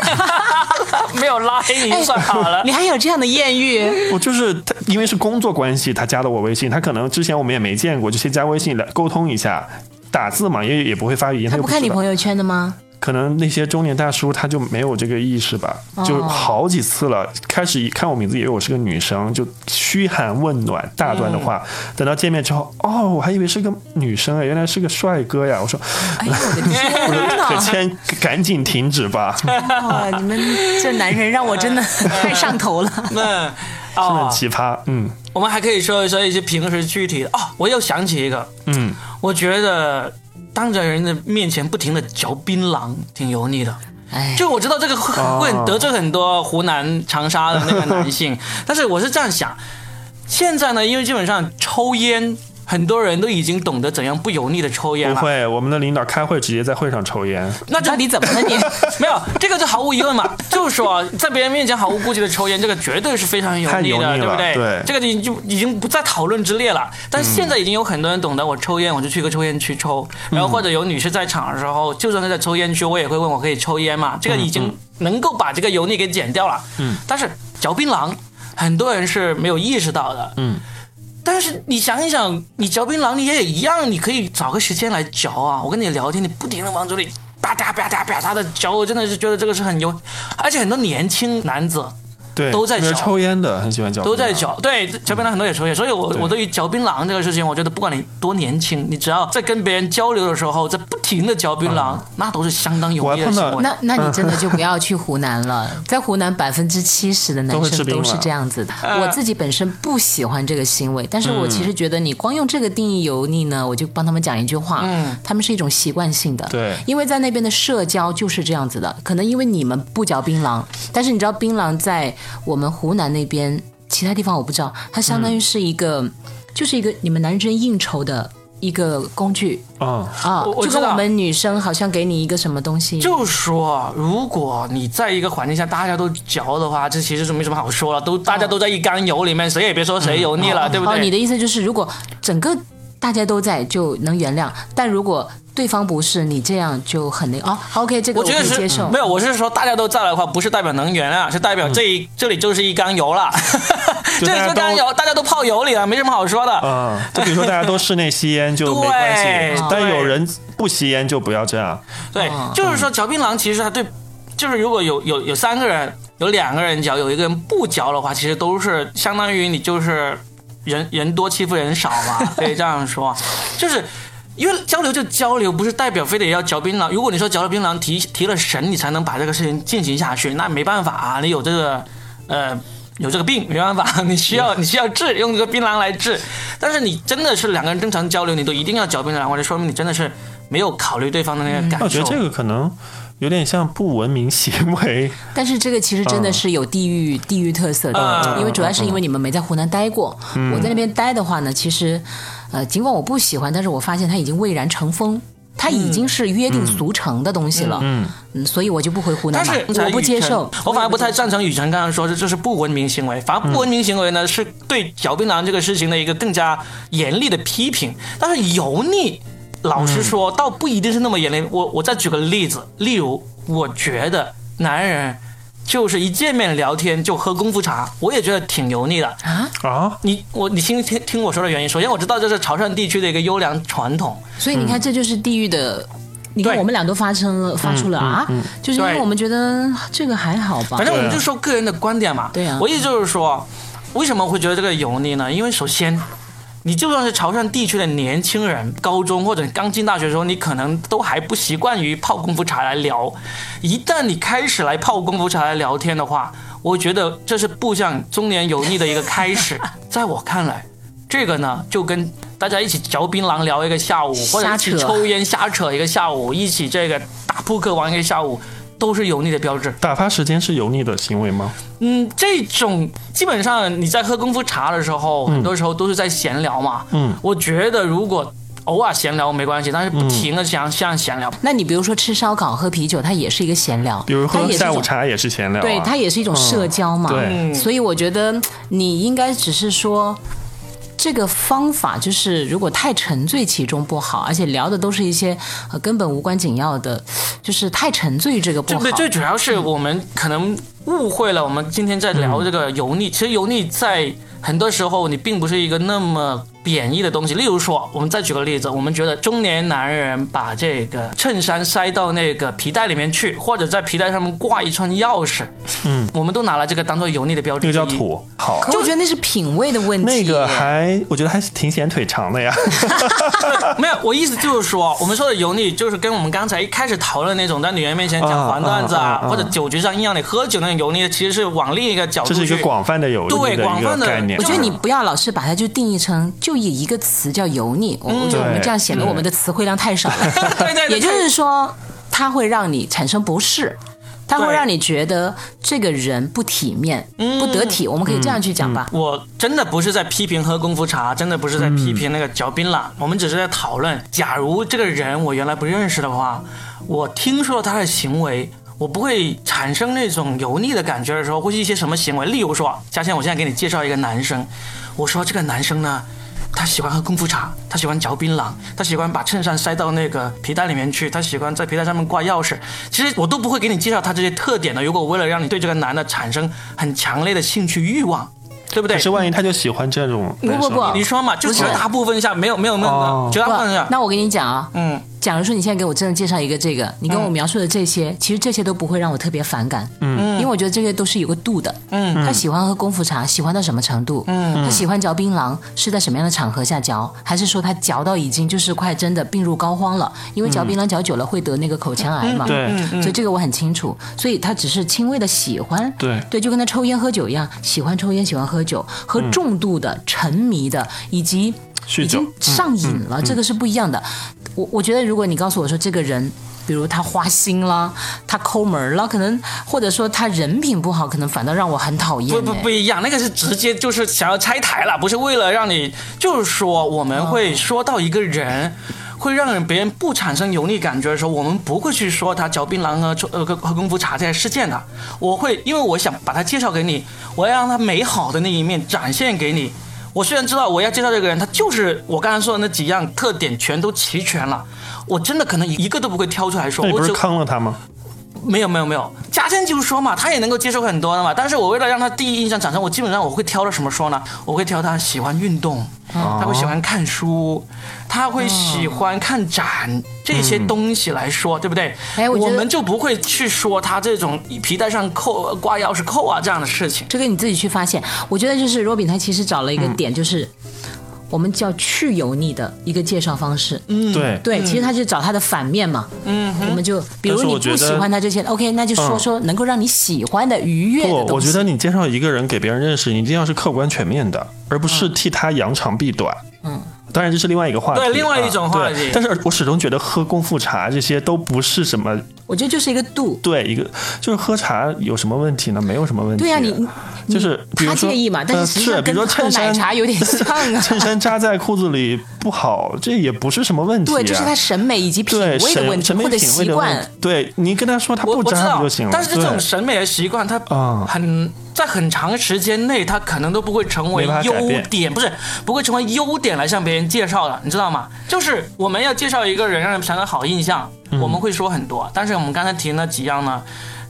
没有拉黑哎哎你就算好 了。你还有这样的艳遇？我哦就是他，因为是工作关系，他加的我微信，他可能之前我们也没见过，就先加微信来沟通一下。打字嘛，因为也不会发语音，他就不看你知道朋友圈的吗？可能那些中年大叔他就没有这个意识吧，哦就好几次了。开始一看我名字以为我是个女生，就嘘寒问暖大段的嗯话。等到见面之后，哦，我还以为是个女生哎，原来是个帅哥呀！我说，哎呦 我的天可哪！千赶紧停止 吧， 哇，你们这男人让我真的 太上头了。那很哦，奇葩。嗯我们还可以说一说一些平时具体的哦。我又想起一个，嗯，我觉得当着人的面前不停的嚼槟榔，挺油腻的。哎，就我知道这个会会很得罪很多湖南长沙的那个男性，但是我是这样想，现在呢，因为基本上抽烟，很多人都已经懂得怎样不油腻的抽烟不了。会，我们的领导开会直接在会上抽烟。那就到底怎么 了你？没有，这个就毫无疑问嘛，就是说在别人面前毫无顾忌的抽烟，这个绝对是非常油太腻油腻的，对不了对？对这个你就已经不在讨论之列了。但现在已经有很多人懂得，我抽烟我就去个抽烟区抽，然后或者有女士在场的时候，就算是在抽烟区，我也会问我可以抽烟吗？这个已嗯经能够把这个油腻给减掉了。嗯，但是嚼槟榔，很多人是没有意识到的。嗯。但是你想一想，你嚼槟榔你也一样，你可以找个时间来嚼啊。我跟你聊天，你不停的往嘴里吧嗒吧嗒吧嗒的嚼，我真的是觉得这个是很油，而且很多年轻男子对，都在特别是嚼抽烟的，很喜欢嚼槟榔，都在嚼，对，嚼槟榔很多也抽烟，所以我哦对我对于嚼槟榔这个事情，我觉得不管你多年轻，你只要在跟别人交流的时候，在不停的嚼槟榔，那都是相当有嗯我还益的碰到行为。那那你真的就不要去湖南了，在湖南百分之七十的男都会吃生槟都榔是这样子的。我自己本身不喜欢这个行为，但是我其实觉得你光用这个定义油腻呢，我就帮他们讲一句话，他们是一种习惯性的，对因为在那边的社交就是这样子的。可能因为你们不嚼槟榔，但是你知道槟榔在我们湖南那边，其他地方我不知道，它相当于是一个，就是一个你们男生应酬的一个工具嗯，啊我，我就知跟道我们女生好像给你一个什么东西一样。就说，如果你在一个环境下大家都嚼的话，这其实就没什么好说了，都大家都在一缸油里面，谁也别说谁油腻了，对不哦，对？你的意思就是，如果整个大家都在，就能原谅；但如果对方不是，你这样就很那个哦。OK，这个我觉得可以是接受。没有，我是说大家都在的话，不是代表能源啊，是代表这一、这里就是一缸油了， 这嗯就里大家就都缸油，大家都泡油里了，没什么好说的。嗯，就比如说大家都室内吸烟就没关对系，但对有人不吸烟就不要这样。对哦，就是说嚼槟榔，其实它对，就是如果有有有三个人，有两个人嚼，有一个人不嚼的话，其实都是相当于你就是人人多欺负人少嘛，可以这样说，就是。因为交流就交流，不是代表非得要嚼槟榔。如果你说嚼了槟榔提提了神，你才能把这个事情进行下去，那没办法啊，你有这个呃有这个病，没办法，你需要你 需要治，用这个槟榔来治。但是你真的是两个人正常交流，你都一定要嚼槟榔，或者说明你真的是没有考虑对方的那个感受。我觉得这个可能有点像不文明行为，但是这个其实真的是有地域、地域特色的，嗯因为主要是因为你们没在湖南待过。我在那边待的话呢，其实，呃，尽管我不喜欢，但是我发现它已经蔚然成风。它已嗯经是约定俗成的东西了，嗯，所以我就不回湖南但了是，我不接受，我反而不太赞成雨辰刚刚说这这是不文明行为。反而不文明行为嗯呢，是对嚼槟榔这个事情的一个更加严厉的批评。但是油腻，老嗯实说，倒不一定是那么严厉。我我再举个例子，例如，我觉得男人就是一见面聊天就喝功夫茶，我也觉得挺油腻的。啊，你我你听听听我说的原因，首先我知道这是潮汕地区的一个优良传统，所以你看，嗯这就是地域的。你看，对我们俩都发生了，发出了啊，嗯就是因为对我们觉得啊这个还好吧反。正我们对啊就说个人的观点嘛。对啊我意思就是说，为什么会觉得这个油腻呢？因为首先，你就算是潮汕地区的年轻人，高中或者刚进大学的时候，你可能都还不习惯于泡功夫茶来聊。一旦你开始来泡功夫茶来聊天的话，我觉得这是步向中年油腻的一个开 始。在我看来，这个呢就跟。大家一起嚼槟榔聊一个下午，或者一起瞎扯抽烟瞎扯一个下午，一起这个打扑克玩一个下午，都是油腻的标志。打发时间是油腻的行为吗？嗯，这种基本上你在喝功夫茶的时候，很多时候都是在闲聊嘛。嗯，我觉得如果偶尔闲聊没关系，但是不停的像像闲聊，那你比如说吃烧烤、喝啤酒，它也是一个闲聊，比如它喝也是一下午种，茶也是闲聊、啊，对，它也是一种社交嘛。对嗯所以我觉得嗯你应该只是说。这个方法就是，如果太沉醉其中不好，而且聊的都是一些呃根本无关紧要的，就是太沉醉这个不最好。最最主要是我们可能误会了，我们今天在聊这个油腻，其实油腻在很多时候你并不是一个那么贬义的东西。例如说，我们再举个例子，我们觉得中年男人把这个衬衫塞到那个皮带里面去，或者在皮带上面挂一串钥匙，嗯，我们都拿了这个当做油腻的标志那之个一。叫土好。可我觉得那是品味的问题。那个还，我觉得还是挺显腿长 的呀。 没有，我意思就是说，我们说的油腻，就是跟我们刚才一开始讨论那种在女人面前讲黄段子啊啊啊啊或者酒局上硬让你喝酒那种油腻，其实是往另一个角度这是一个去广泛的油腻对的广一个泛的概念。啊我觉得你不要老是把它就定义成就以一个词叫油腻，我我觉得我们对这样显得我们的词汇量太少了。 对对对也就是说，它会让你产生不适。它会对嗯让你觉得这个人不体面、不得体，我们可以这样去讲吧。我真的不是在批评喝功夫茶，真的不是在批评那个嚼槟榔，我们只是在讨论，假如这个人我原来不认识的话，我听说他的行为。我不会产生那种油腻的感觉的时候，会是一些什么行为？例如说，嘉倩，我现在给你介绍一个男生，我说这个男生呢，他喜欢喝功夫茶，他喜欢嚼槟榔，他喜欢把衬衫塞到那个皮带里面去，他喜欢在皮带上面挂钥匙。其实我都不会给你介绍他这些特点的。如果为了让你对这个男的产生很强烈的兴趣欲望，对不对可？是万一他就喜欢这种男生不呢，不不你说嘛，就绝大部分下没有没有没有没有，哦绝大部分不下，那我跟你讲啊，嗯，假如说你现在给我真的介绍一个这个，你跟我描述的这些，其实这些都不会让我特别反感，嗯，因为我觉得这些都是有个度的，嗯，他喜欢喝功夫茶，喜欢到什么程度，嗯，他喜欢嚼槟榔是在什么样的场合下嚼，还是说他嚼到已经就是快真的病入膏肓了，因为嚼槟榔嚼久了会得那个口腔癌嘛，对所以这个我很清楚，所以他只是轻微的喜欢，对对，就跟他抽烟喝酒一样，喜欢抽烟，喜欢喝酒，和重度的、沉迷的以及酗已酒经上瘾嗯了，这个是不一样的。我我觉得，如果你告诉我说这个人，比如他花心啦，他抠门儿啦，可能或者说他人品不好，可能反倒让我很讨厌、不欸。不不一样，那个是直接就是想要拆台了，不是为了让你，就是说我们哦会说到一个人。会让人别人不产生油腻感觉的时候，我们不会去说他嚼槟榔和抽呃喝喝功夫茶这些事件的。我会，因为我想把他介绍给你，我要让他美好的那一面展现给你。我虽然知道我要介绍这个人，他就是我刚才说的那几样特点全都齐全了，我真的可能一个都不会挑出来说。那你我不只是坑了他吗？没有没有没有，嘉欣就是说嘛，他也能够接受很多的嘛。但是我为了让他第一印象产生，我基本上我会挑了什么说呢？我会挑他喜欢运动，他会喜欢看书，他会喜欢看展、这些东西来说，对不对？哎我觉我得们就不会去说他这种皮带上扣挂钥匙扣啊这样的事情。这个你自己去发现。我觉得就是若饼他其实找了一个嗯点，就是我们叫去油腻的一个介绍方式。嗯对，对，其实他就找他的反面嘛。嗯，我们就比如但是你我觉不得喜欢他这些，OK，那就说嗯说能够让你喜欢的愉悦的不，东西。我觉得你介绍一个人给别人认识，你一定要是客观全面的，而不是替他扬长避短。嗯，当然这是另外一个话题，对另外一种话啊题对但是我始终觉得喝功夫茶这些都不是什么我觉得就是一个度。对一个，就是喝茶有什么问题呢？没有什么问题。对呀、你你就是你比如他说介意嘛，但呃是实际上是比跟如说喝衬奶衫茶有点像 衬啊。衫扎在裤子里不好，这也不是什么问题、啊。对，就是他审美以及品对味的审问题，审美或者品味习的问惯题。。对你跟他说他我不我知扎不道就行，了？但是这对种审美的习惯，它啊很、在很长时间内，它可能都不会成为没办法改优变点，不是不会成为优点来向别人介绍的，你知道吗？就是我们要介绍一个人，让人产生好印象，嗯我们会说很多，但是我们刚才提那几样呢，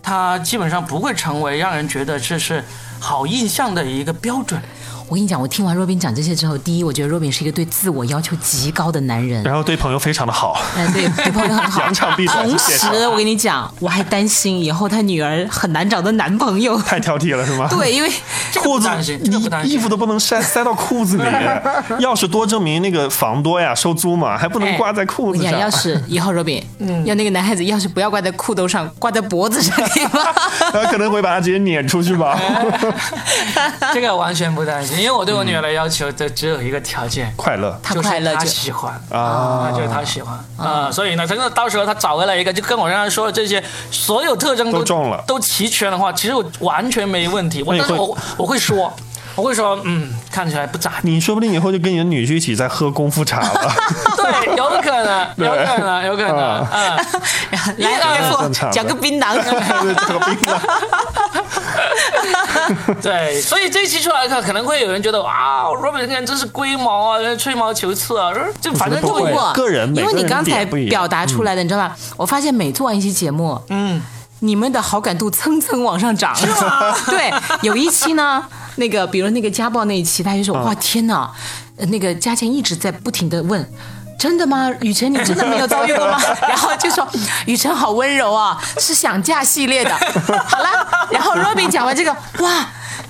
它基本上不会成为让人觉得这是好印象的一个标 准。我跟你讲，我听完若冰讲这些之后，第一，我觉得若冰是一个对自我要求极高的男人。然后对朋友非常的好， 哎，对，对朋友很好。扬长避短同谢谢时，我跟你讲，我还担心以后他女儿很难找到男朋友。太挑剔了是吗？对，因为这个裤不子担心，这个不担你衣心服。都不能塞塞到裤子里， 钥匙多证明那个房多呀，收租嘛，还不哎能挂在裤我跟子你上。讲，要 是以后若冰，要那个男孩子，要是不要挂在裤兜上，挂在脖子上可以吗？然后可能会把它直接撵出去吧，哎这个完全不担心，因为我对我女儿的要求，这只有一个条件， 快乐他就是快乐她就喜欢啊啊，就是他喜欢啊、所以呢，真的到时候他找回来一个，就跟我刚才说的这些所有特征都都中了都齐全的话，其实我完全没问题。我那你但是会我我会说，我会说，嗯，看起来不 咋地。你说不定以后就跟你的女婿一起在喝功夫茶了。 对，有可能，有可能，有可能，啊嗯，来，岳这样父正常的嚼个槟榔。这个病了， 嗯对。所以这一期出来的话，可能会有人觉得哇，Robin 这个人真是龟毛啊，吹毛求疵啊，就反正不就会过，个人每因为个你人刚才点不一样表达出来的，你知道吧？我发现每做完一期节目，嗯，你们的好感度蹭蹭往上涨，是吗？ 对，有一期呢，那个比如那个家暴那一期，大家就说、哇天哪，呃那个嘉倩一直在不停的问。真的吗？雨辰，你真的没有遭遇过吗？ 然后就说雨辰好温柔啊，是想嫁系列的。 好了，然后 Robin 讲完这个，哇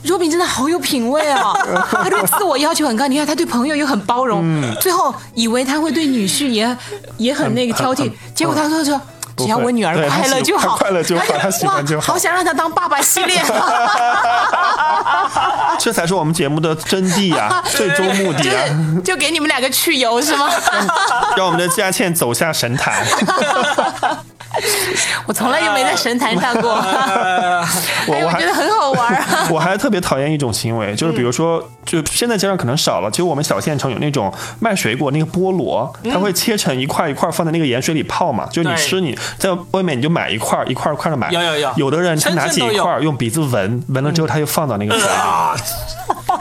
，Robin 真的好有品味哦，他对自我要求很高，你看他对朋友又很包容，最后以为他会对女婿也也嗯很那个挑剔，结果他说说。不只要会我女儿对快她乐喜就她好，快乐就好然后她喜欢哇就好好想让她当爸爸系 列，这才是我们节目的真谛啊，最终目 的啊，就给你们两个去油是吗？ 让我们的佳倩走下 神坛。我从来就没在神坛上过， 我哎我我还觉得很好玩 啊。我还特别讨厌一种行为，嗯就是比如说，就现在街上可能少了，其实我们小县城有那种卖水果那个菠萝，它会切成一块一块放在那个盐水里泡嘛，就是你对吃你在外面你就买一块一块一块的买。有有有的人他深圳拿起都一有嗯块用鼻子闻，闻了之后他又放到那个水里。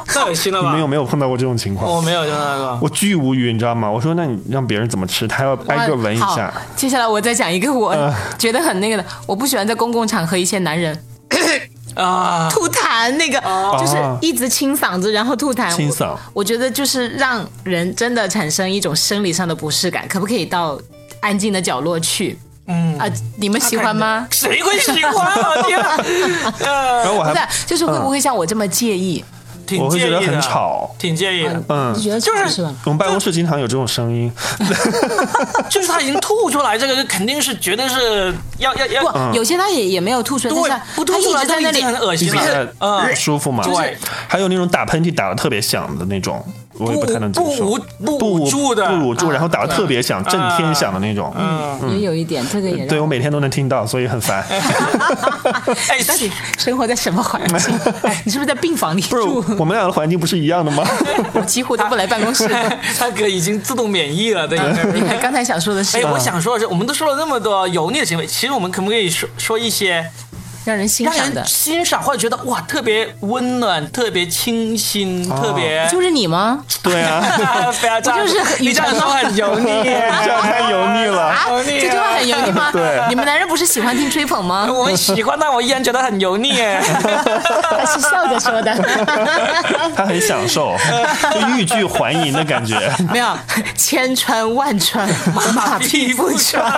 太恶心了你吧们？有没有碰到过这种情我况？没有碰到过。我巨无语，你知道吗？我说那你让别人怎么吃？他要挨个闻一下呃好。，接下来我再讲一个我觉得很那个的，我不喜欢在公共场合一些男人啊，吐痰，那个就是一直清嗓子，然后吐痰。哦清嗓我，我觉得就是让人真的产生一种生理上的不适感，可不可以到？安静的角落去。嗯啊，你们喜欢吗？谁会喜欢啊？天 啊，然呃，后我不是还，就是会不会像我这么介意？挺我会介意觉的，啊得很吵挺介意的。嗯就，觉得就是是吧？我们办公室经常有这种声音，就是他已经吐出来，这个肯定是绝对是要要要不，有些他也也没有吐出来，对但是，不他吐出一来直在他那已里经很恶一心直在了。嗯，不舒服嘛。对还有那种打喷嚏打的特别响的那种，我也不太能接受。不不不捂住的嗯不捂住，然后打的特别响，震天响的那种。也有一点，这个嗯也嗯对让我每天都能听到，所以 很烦。哎， 到底生活在什么环境？ 哎你是不是在病房里不是住？我们俩的环境不是一 样的吗？我几乎都不来办 公室。嗯他 哥已经自动免疫了，对。你看刚才想说的是哎，，我想说的是，我们都说了那么多油腻的行为，其实我们可不可以说说一些让人欣让赏的人，欣赏或者觉得哇特别温暖、特别清新、特别啊就是你吗？对啊， 不要这样，不就是你这样说很油 腻，这样太油腻了。啊，油腻啊这句话很油腻 吗？对你们男人不是喜欢听吹捧 吗？我们喜欢，但我依然觉得很油腻。他是笑着说 的，他很享受，就欲拒还迎 的感觉。没有千穿万穿， 马屁不穿。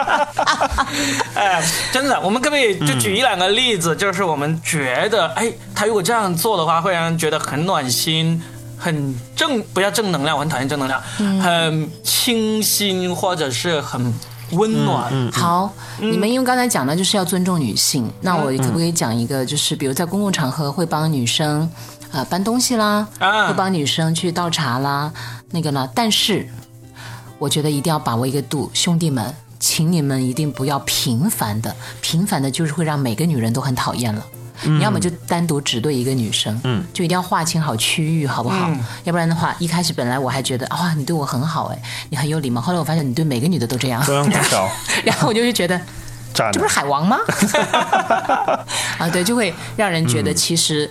哎，真的，我们可不可以就举一两个例子，就是我们觉得，哎，他如果这样做的话，会让人觉得很暖心。很正，不要正能量，我很讨厌正能量，很清新或者是很温暖。好，你们因为刚才讲的就是要尊重女性，那我可不可以讲一个，就是比如在公共场合会帮女生呃搬东西啦，啊会帮女生去倒茶啦，那个呢？但是我觉得一定要把握一个度，兄弟们。请你们一定不要频繁的，频繁的就是会让每个女人都很讨厌了。你要么就单独只对一个女生，嗯，就一定要划清好区域，好不好？要不然的话，一开始本来我还觉得哇、你对我很好哎、你很有礼貌。后来我发现你对每个女的都这样，中央空调，然后我就是觉得渣这不男是海 王吗？啊，对，就会让人觉嗯得其实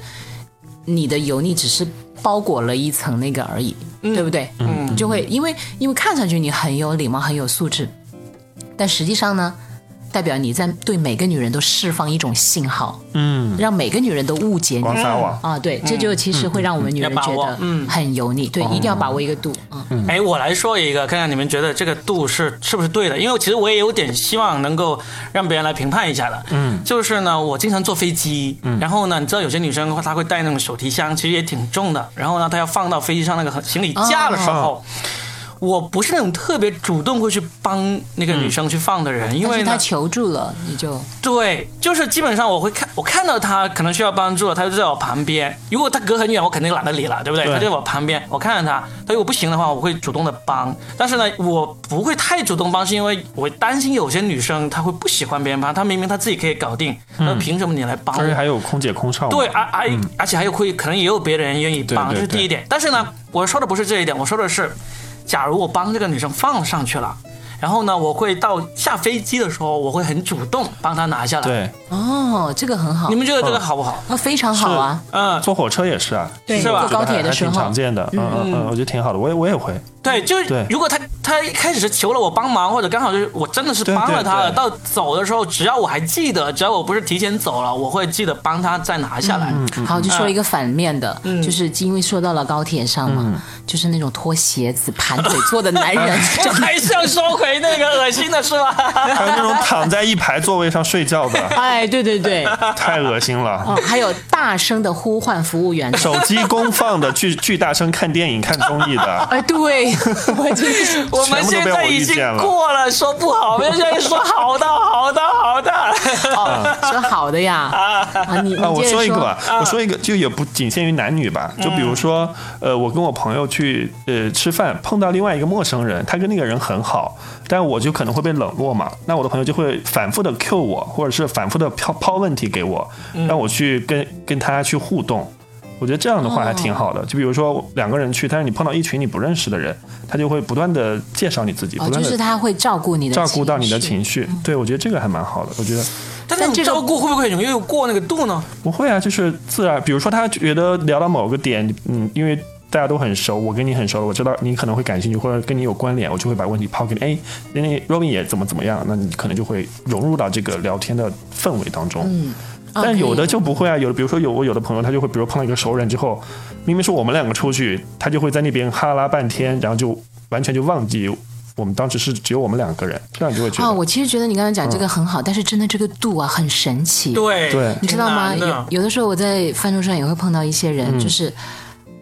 你的油腻只是包裹了一层那个而已，对不对？嗯，就会因为因为看上去你很有礼貌，很有素质，但实际上呢，代表你在对每个女人都释放一种信号，嗯，让每个女人都误解你广撒网。啊，对，这就其嗯实会让我们女人要觉把得握嗯很油腻，对，一定要把握一个度，嗯，哎，我来说一个，看看你们觉得这个度是是不是对的？因为其实我也有点希望能够让别人来评判一下的。嗯，就是呢，我经常坐飞机，然后呢，你知道有些女生她会带那种手提箱，其实也挺重的，然后呢，她要放到飞机上那个行李架的时候。我不是那种特别主动会去帮那个女生去放的人，因但为是呢她，求助了，你就对，就是基本上我会看，我看到他可能需要帮助了，他就在我旁边。如果他隔很远，我肯定懒得理了，对不对？对他就在我旁边，我看着他，他如果不行的话，我会主动的帮。但是呢，我不会太主动帮，是因为我担心有些女生她会不喜欢别人帮，她明明她自己可以搞定，那凭什么你来帮我而且？嗯还有空姐空少嘛。嗯对，而而、而且还有会可能也有别人愿意帮，对对这是第一点。但是呢，我说的不是这一点，我说的是，假如我帮这个女生放上去了，然后呢，我会到下飞机的时候，我会很主动帮她拿下来。对，哦，这个很好你，们觉得这个好不好？啊，非常好啊。嗯，坐火车也是啊，对是吧坐高铁的时还挺候常，见的。嗯嗯嗯，我觉得挺好的，我也我也会。对，就是对如果他他一开始是求了我帮忙，或者刚好就是我真的是对帮了对他了，对到走的时候，只要我还记得，只要我不是提前走了，我会记得帮他再拿下嗯来。好，就说一个反面的，就是因为说到了高铁上嘛，嗯就是那种脱鞋子盘腿坐的男 人，这 还是要说回那个恶心的是啊吧？ 还有那种躺在一排座位上睡觉的，哎，对对对，太恶心了。哦，还有大声的呼唤服务员的，手机公放的，巨巨大声看电影、看综艺的，哎，对，我真是。我们现在已经过了说不好，我们现在说好的，好的，好 的。哦，说好的呀，啊，你你啊，我接着嗯说一个吧，我说一个，就也不仅限于男女吧，就比如说，呃，我跟我朋友去呃吃饭，碰到另外一个陌生人，他跟那个人很好，但我就可能会被冷落嘛，那我的朋友就会反复的 Q 我，或者是反复的抛抛问题给我，嗯让我去跟跟他去互动。我觉得这样的话还挺哦好的，就比如说两个人去，但是你碰到一群你不认识的人，他就会不断的介绍你自己，哦，不断就是的他会照顾你的，照顾到你的，情绪。嗯对，我觉得这个还蛮好的。我觉得但那但这种个照顾会不会很容易过那个度呢？不会啊，就是自然。比如说，他觉得聊到某个点，嗯，因为大家都很熟，我跟你很熟，我知道你可能会感兴趣或者跟你有关联，我就会把问题抛给你。哎，那那 Robin 也怎么怎么样，那你可能就会融入到这个聊天的氛围当中。嗯。啊但有可以的就不会啊，有的比如说有我有的朋友，他就会比如碰到一个熟人之后，明明是我们两个出去，他就会在那边哈拉半天，然后就完全就忘记我我们当时是只有我们两个人，这样你就会觉啊、得、我其实觉得你刚才讲这个很好，但是真的这个度啊很神奇。对对你知道吗？挺难的有有的时候我在饭桌上也会碰到一些嗯人，就是。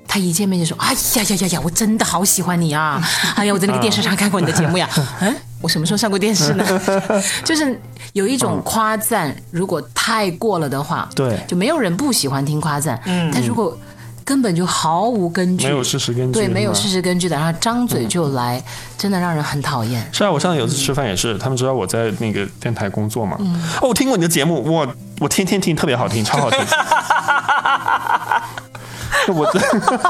他一见面就说：“哎呀呀呀呀，我真的好喜欢你 啊！哎呀，我在那个电视上看过你的节目呀。嗯，我什么时候上过电视呢？ 就是有一种夸赞，如果太过了的话，对就没有人不喜欢听夸赞。嗯，但如果根本就毫无根据，没有事实根据嗯对，是没有吗事实根据的，然后张嘴就来，真的让人很讨厌。是啊，我上次有一次吃饭也是，嗯他们知道我在那个电台工作嘛。哦，我听过你的节目，我我天天听，特别好听，超 好听。我，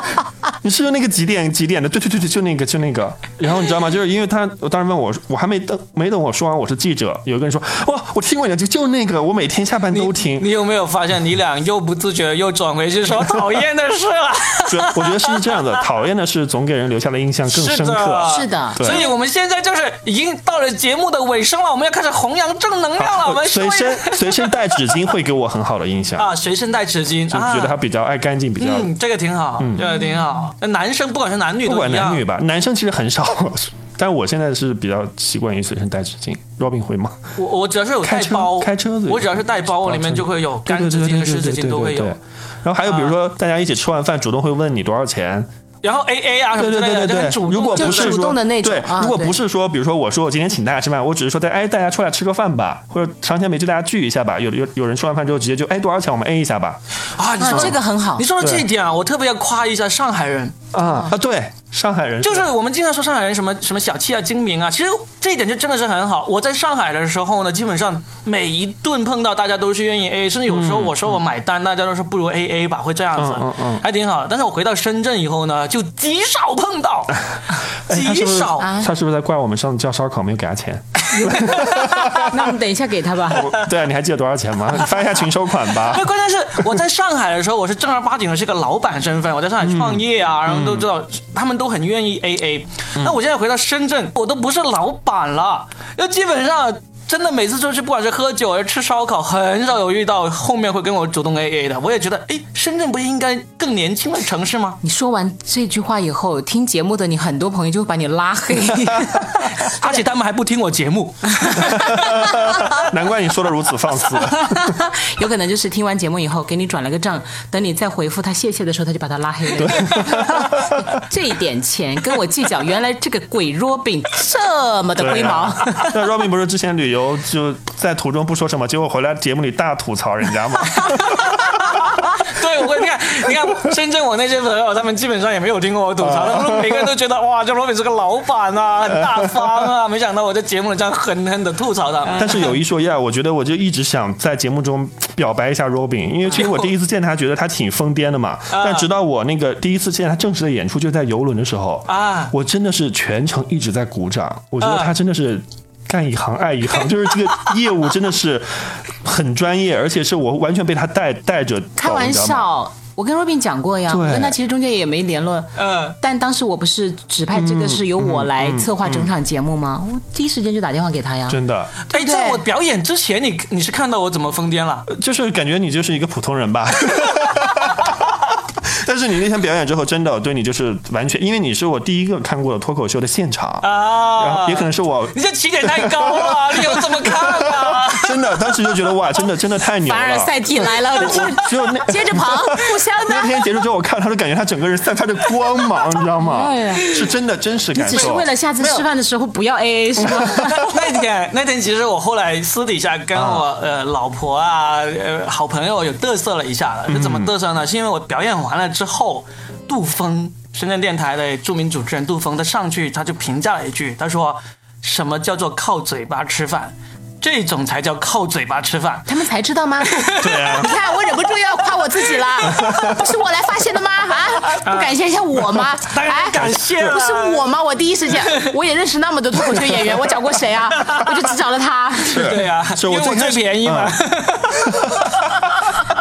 你是用那个几点几点的？对对对对，就那个就那个。然后你知道吗？就是因为他，我当时问我，我还没等没等我说完，我是记者，有一个人说，哇，我听过你的，就就那个，我每天下班都听。你有没有发现，你俩又不自觉又转回去说讨厌的事了？主要我觉得是这样 的，讨厌的是总给人留下的印象更是深的刻。是的，啊对所以我们现在就是已经到了节目的尾声了，我们要开始弘扬正能 量了。我我们随说一身随身带纸巾会给我很好的印象，啊，随身带纸巾就啊，觉得他比较爱干净，比较嗯，这个挺好，这个挺好。那男生不管是男女不都管一男样女，吧，男生其实很少， 但我现在是比较习惯于随身带纸巾。Robin 会吗？我我只要是有带开车包，开车子我只要是带包，我里面就会有 干纸巾和湿纸巾都会有啊对。然后还有比如说，大家一起吃完饭，主动会问你多少钱。然后 A A 啊什对么对之类对的，就对很主动。对。如果就不是是主动说的那种对啊，如果对不是说，比如说我说我今天请大家吃饭，我只是说在哎大家出来吃个饭吧，或者长天没聚大家聚一下吧。有有有人吃完饭之后直接就哎多少钱我们 A 一下吧。啊，你啊说，这个很好你。说到这一点啊，我特别要夸一下上海人，啊啊对，上海人就是我们经常说上海人什么什么小气啊、精明啊，其实这一点就真的是很好。我在上海的时候呢，基本上每一顿碰到大家都是愿意哎 AA，甚至有时候我说我买单，大家都说不如 AA 吧，会这样子，嗯嗯嗯嗯还挺好。但是我回到深圳以后呢，就极少碰到， 哎他极是不是少。他是不是在怪我们上次叫烧烤没有给他 钱？ 那我们等一下给他吧。我对啊，你还记得多少钱吗？你发一下群收款吧 对，。关键是我在上海的时候，我是正儿八经的是个老板身份，我在上海创业啊，然后都知道他们都很愿意 AA。那我现在回到深圳，我都不是老板了，就基本上。真的每次出去，不管是喝酒还是吃烧烤，很少有遇到后面会跟我主动 A A 的。我也觉得，哎，深圳不是应该更年轻的城市吗？ 你说完这句话以后，听节目的你很多朋友就会把你拉黑。而且他们还不听我节目， 难怪你说的如 此放肆。有可能就是听完节目以后给你转了个账，等你再回复他谢谢的时候，他就把他拉黑了。 这一点钱跟我计较，原来这个鬼弱饼这么的龟毛。那啊 Robin 不是之前旅游就在途中不说什么，结果回来节目里大吐槽人家吗？ 对，我你看，你看深圳我那些朋友，他们基本上也没有听过我吐槽，啊他们每个人都觉得 哇，这罗比是个老板啊，很大方啊， 没想到我在节目里这样狠狠的吐槽他。但是有一说一啊，我觉得我就一直想在节目中表白一下 Robin，因为其实我第一次见他，觉得他挺疯癫的嘛。啊但直到我那个第一次见他正式的演出，就在游轮的时候啊我真的是全程一直在鼓掌，我觉得啊他真的是。干一行爱一 行，就是这个业务真的是很专业，而且是我完全被他带带着走，开玩你知道吗笑，我跟 Robin 讲过呀，对我跟他其实中间也没联络。嗯，但当时我不是指派这个嗯是由我来策划整场节目吗？我第一时间就打电话给他呀。真的哎，对在我表演之前，你你是看到我怎么疯癫了？就是感觉你就是一个普通人吧。 但是你那天表演之后，真的对你就是完全，因为你是我第一个看过的脱口秀的现场，然啊后，也可能是我你这起点太高了，你有这么看啊？真的当时就觉得哇，真的真的太 牛凡尔了。赛体来了，我的天！只有那 接着 跑，互相那的。天结束之后，我看他就感觉他整个人散发着光芒，你知道吗哎呀？是真的真实感受。只是为了下次吃饭的时候不要 AA 是吗？ 那天那天，其实我后来私底下跟啊我、呃老婆啊呃好朋友有嘚瑟了一下了，是嗯怎么嘚瑟呢？是因为我表演完了之后，杜峰深圳电台的著名主持人杜峰，他上去他就评价了一句，他说什么叫做靠嘴巴吃饭？这种才叫靠嘴巴吃饭。他们才知道吗？对啊 你看我忍不住要夸我自己了，不是我来发现的吗？啊，不感谢一下我吗？当然哎感谢了不是我吗？我第一时间我也认识那么多脱口秀演员，我找过谁啊？我就只找了他。对呀、啊，是因我为我最开最始便宜嘛。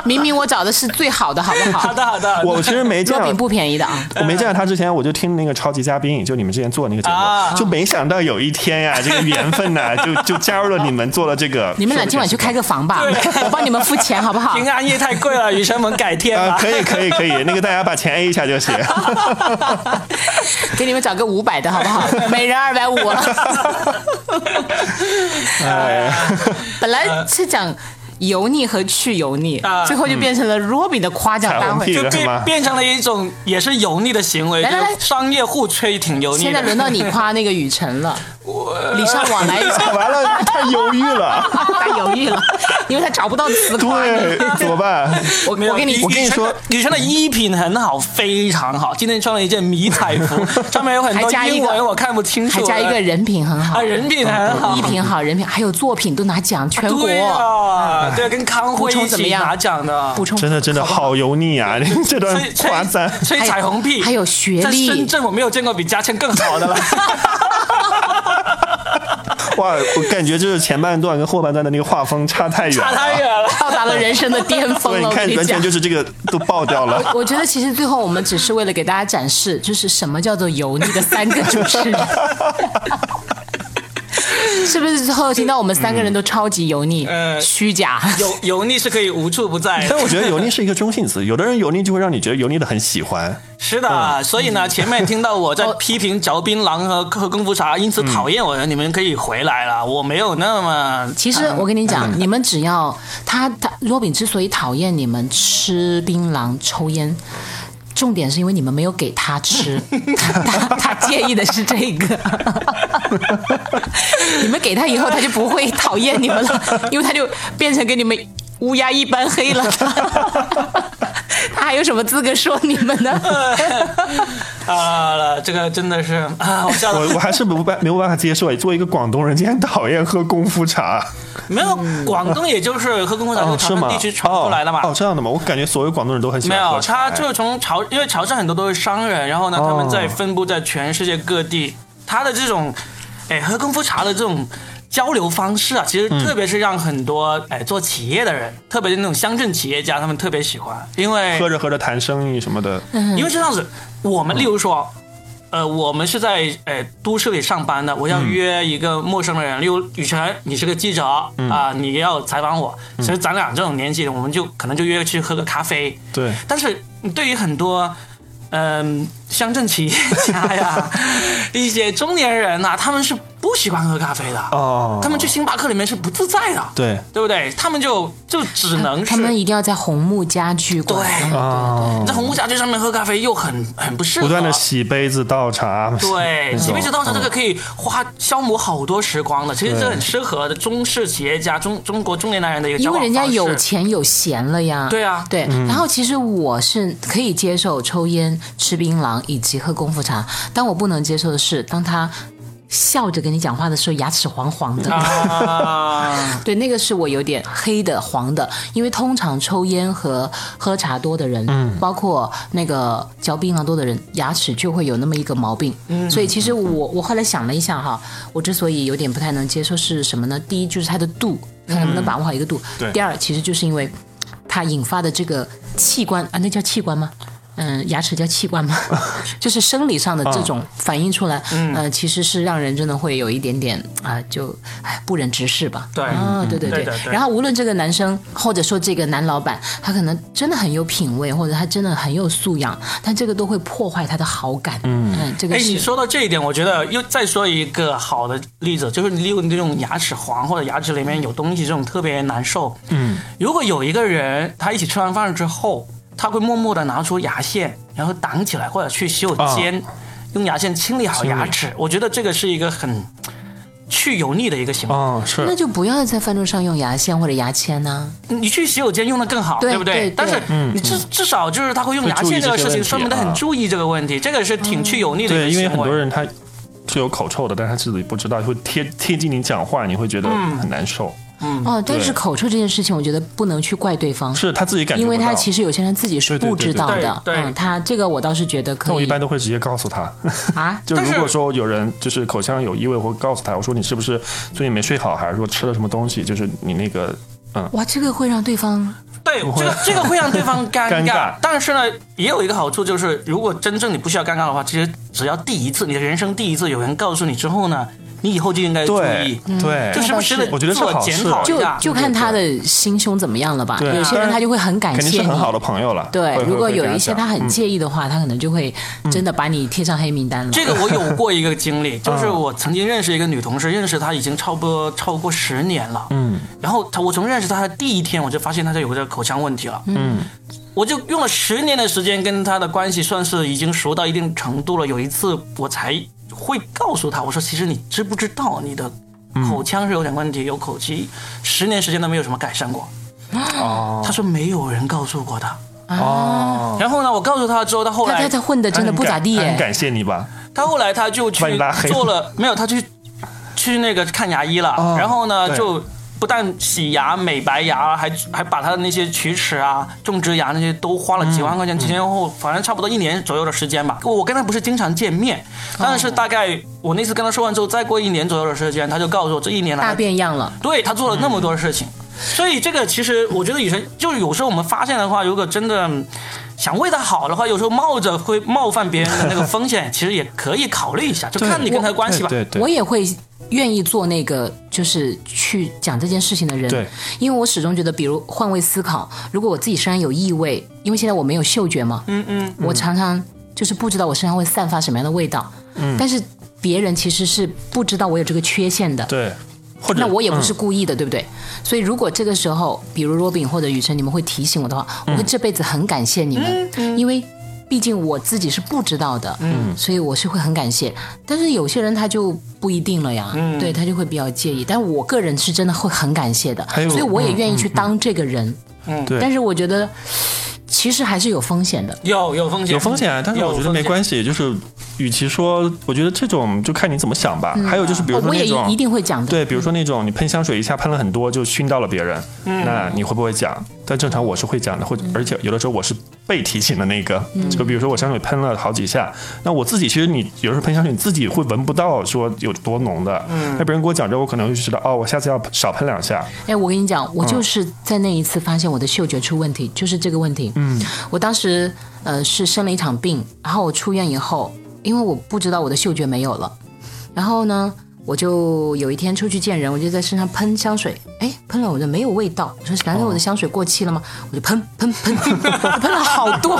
明明我找的是最好的，好不好？ 好的好的，我其实 没见若饼到，不便宜的啊， 我没见到他之前，我就听那个超级嘉宾，就你们之前做的那个节目，啊就没想到有一天呀、这个缘分呐、就就加入了你们，做了这个。你们俩今晚去开个房吧，我帮你们付钱，好不好？平安夜太贵了，雨神们改天啊、吧。可以可以可以，那个大家把钱 A 一下就行。 给你们找个五百的好 不好？每人二百五。哎 本来是讲油腻和去油腻啊，嗯最后就变成了 Robin 的夸奖大彩虹屁会。就这是吗变变成了一种也是油腻的行为，来来来就是商业互吹挺油腻的。现在轮到你夸那个雨辰了，礼尚往来， 完了，太犹豫了，他犹豫了，因为他找不到词夸你。对，怎么办？我没有我给你雨我跟你说雨辰的雨辰的衣品很好，非常好。今天穿了一件迷彩服， 上面有很还多加一英个文，我看不清楚。还加一个人品很好啊，，人品很好衣，品好，人品还有作品都拿奖，全国对啊，对，跟康辉补一充怎么起样拿奖的。补充真的真的好油腻啊！ 这段所以夸赞，所以彩虹屁，还有学在深历，圳我没有见过比嘉倩更好的了。哇，我感觉就是前半段跟后半段的那个画风差太远了，差太远了。到达了人生的巅峰 了。对，你我跟看你完讲全。就是这个都爆掉了。我觉得其实最后我们只是为了给大家展示，就是什么叫做油腻的三个主持人。是不是最后听到我们三个人都超级油腻、呃虚假？油油腻是可以无处不在的 但。我觉得油腻是一个中性词，有的人油腻就会让你觉得油腻的很喜欢。是的，所以呢，前面听到我在批评嚼槟榔和喝功夫茶，因此讨厌我的你们可以回来了，我没有那么其实我跟你讲，你们只要他他若饼之所以讨厌你们吃槟榔、抽烟。重点是因为你们没有给他 吃，他他他介意的是这个。 你们给他以后，他就不会讨厌你们 了，因为他就变成跟你们乌鸦一般黑了。 他还有什么资格说你们呢？ 啊，这个真的是啊，我笑我了。我还是没办没有办法接受，作为一个广东人，竟然讨厌喝功夫茶。没有，广东也啊就是喝功夫茶嗯哦，从是潮吗？汕地区传出来的嘛。哦，哦这哦样的吗？我感觉所有广东人都很喜没欢喝有，茶。他就是从潮，因为潮汕很多都是商人，然后呢，哎哦他们在分布在全世界各地，他的这种，哎，喝功夫茶的这种。交流方式啊，其实嗯特别是让很多哎做企业的人，特别是那种乡镇企业家，他们特别喜欢，因为喝着喝着谈生意什么的，嗯因为这样子，我们例如说，呃，我们是在呃都市里上班的，我要约一个陌生的人，例如雨辰，你是个记者啊、你要采访我，其实咱俩这种年纪的，我们就可能就约去喝个咖啡。对，但是对于很多。嗯，乡镇企业家呀，一些中年人呐、他们是不喜欢喝咖啡的，哦他们去星巴克里面是不自在的，对对不对？他们就就只能 是他们一定要在红木家具对馆。，啊你，在红木家具上面喝咖啡又很很不适合，不断的洗杯子倒茶。对，那种洗杯子倒茶这个可以花消磨好多时光的，其实这很适合中式企业家、中中国中年男人的一个因交为往人家方式有钱有闲了呀。对啊对。然后其实我是可以接受抽烟、吃槟榔以及喝功夫茶，但我不能接受的是，当他笑着跟你讲话的时候，牙齿黄黄的。 啊，对，那个是我有点黑的、黄的，因为通常抽烟和喝茶多的人，包括那个嚼槟榔多的人，牙齿就会有那么一个毛病。所以其实我我后来想了一下哈，我之所以有点不太能接受是什么呢？第一就是它的度，看能不能把握好一个度；对第二，其实就是因为它引发的这个器官啊，那叫器官吗？嗯，牙齿叫器官吗？ 就是生理上的这种反映出来，嗯、呃，其实是让人真的会有一点点啊、就哎不忍直视吧。对啊，对对对对的对。的然后无论这个男生或者说这个男老板，他可能真的很有品味，或者他真的很有素养，但这个都会破坏他的好感。嗯，这个哎，你是。说到这一点，我觉得又再说一个好的例子，就是例如那种牙齿黄或者牙齿里面有东西这种特别难受。嗯，如果有一个人他一起吃完饭之后，他会默默的拿出牙线，然后挡起来或者去洗手间，用牙线啊清理好牙齿，我觉得这个是一个很去油腻的一个行为。哦，那是就不要在饭桌上用牙线或者牙签呢、你去洗手间用的更好，对不对对嗯但是你至至少就是他会用牙线这个事嗯会注意这情，些问题说明他很啊注意这个问题，这个是挺去油腻的一对，个行为。因为很多人他是有口臭的，但是他自己不知道，会贴贴近你讲话，你会觉得嗯很难受。哦，但是嗯对口臭这件事情，我觉得不能去怪对方，是他自己感觉因不到，为他其实有些人自己是对对不对知对道的。对对嗯，他这个我倒是觉得但可我一以般都会直接告诉他。啊。就但如是果说有人就是口腔有异味，我会告诉他，我说你是不是最近没睡好，还是说吃了什么东西？就是你那个，嗯哇，这个会让对方对，我这个这个会让对 方尴尴尬但是呢，也有一个好处就是，如果真正你不需要尴尬的话，其实只要第一次，你的人生第一次有人告诉你之后呢，你以后就应该注对意，嗯对，就时不时的我觉得是自我好检事，讨就对啊就看他的心胸怎么样了吧。对有些人他就会很感肯定谢是你很。好的朋友了。对会，如果有一些他。会很会跟他讲嗯嗯介意的话，他可能就会真的把你贴上黑名单了。这个我有过一个经历，就是我曾经认识一个女同事，认识她已经超过超过十年了。嗯然后她，我从认识她的第一天，我就发现她就有这个口腔问题了。嗯，我就用了十年的时间跟她的关系算是已经熟到一定程度了。有一次我才会告诉她，我说其实你知不知道你的嗯口腔是有点问题，有口疾，十年时间都没有什么改善过。哦她说没有人告诉过她。哦，然后呢，我告诉她之后，她后他他来他混的真的不咋地他很耶。感谢你吧？她后来她就去把你拉黑了做了，没有她去去那个看牙医了。哦然后呢，对就不但洗牙、美白牙，还还把她的那些龋齿啊、种植牙那些都花了几万块嗯钱，前前后后反正差不多一年左右的时间吧。我跟她不是经常见面，但哦是大概我那次跟她说完之后，再过一年左右的时间，她就告诉我这一年来大变样了，对他做了那么多事情，所以这个其实我觉得雨辰就是有时候我们发现的话，如果真的想为他好的话，有时候冒着会冒犯别人的那个风险，其实也可以考虑一下，就看你跟他的关系吧。对对我也会愿意做那个就是去讲这件事情的人对，因为我始终觉得，比如换位思考，如果我自己身上有异味，因为现在我没有嗅觉嘛，嗯嗯，我常常就是不知道我身上会散发什么样的味道，嗯但是别人其实是不知道我有这个缺陷的，对，或者嗯那我也不是故意的，对不对？所以如果这个时候，比如若饼或者雨辰，你们会提醒我的话，我嗯会这辈子很感谢你们，因为。毕竟我自己是不知道的，嗯，所以我是会很感谢。但是有些人他就不一定了呀，嗯、对他就会比较介意。但我个人是真的会很感谢的，还有嗯所以我也愿意去当这个人。嗯对但是我觉得其实还是有风险的。有有风险，有风险啊，但是我觉得没关系。就是，与其说，我觉得这种就看你怎么想吧。还有就是，比如嗯说哦我也那一种一，定会讲的。对，比如说那种你喷香水一下喷了很多，就熏到了别人，嗯那你会不会讲？但正常我是会讲的，或者而且有的时候我是被提醒的那个。嗯就比如说我香水喷了好几下，那我自己其实你有时候喷香水你自己会闻不到说有多浓的，嗯那别人给我讲之后，我可能会知道哦，我下次要少喷两下。哎，我跟你讲，我就是在那一次发现我的嗅觉出问题，就是这个问题。嗯，我当时呃是生了一场病，然后我出院以后，因为我不知道我的嗅觉没有了，然后呢，我就有一天出去见人，我就在身上喷香水，哎，喷了我就没有味道，我说难道我的香水过期了吗？我就喷喷喷， 我喷了好多，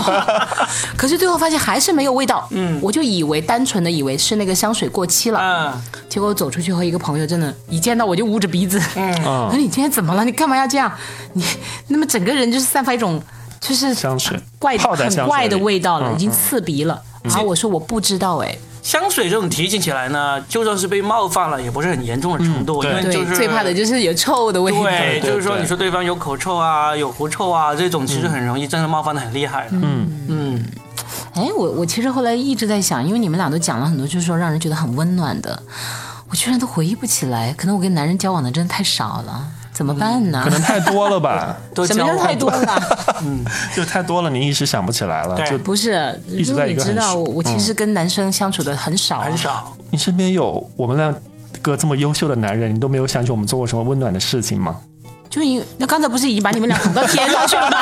可是最后发现还是没有味道。嗯，我就以为单纯的以为是那个香水过期了，嗯，结果我走出去和一个朋友，真的，一见到我就捂着鼻子。嗯，啊我说你今天怎么了？你干嘛要这样？你那么整个人就是散发一种就是香水怪泡在香水很怪的里嗯味道了，已经刺鼻了。然后我说我不知道哎，香水这种提醒起来呢，就算是被冒犯了，也不是很严重的程度，嗯对因为对，就是最怕的就是有臭的味道。对，对对就是说对你说对方有口臭啊、有狐臭啊这种，其实很容易真的冒犯的很厉害的。嗯嗯，哎，我我其实后来一直在想，因为你们俩都讲了很多，就是说让人觉得很温暖的，我居然都回忆不起来。可能我跟男人交往的真的太少了，怎么办呢嗯可？能太多了吧，都什么交叫太换多了？就太多了，你一时想不起来了。对就不是， 一直因在为一你个知很嗯道，熟我我其实跟男生相处的很少啊，很少。你身边有我们两个这么优秀的男人，你都没有想起我们做过什么温暖的事情吗？就因那刚才不是已经把你们俩捧到天上去 了吗？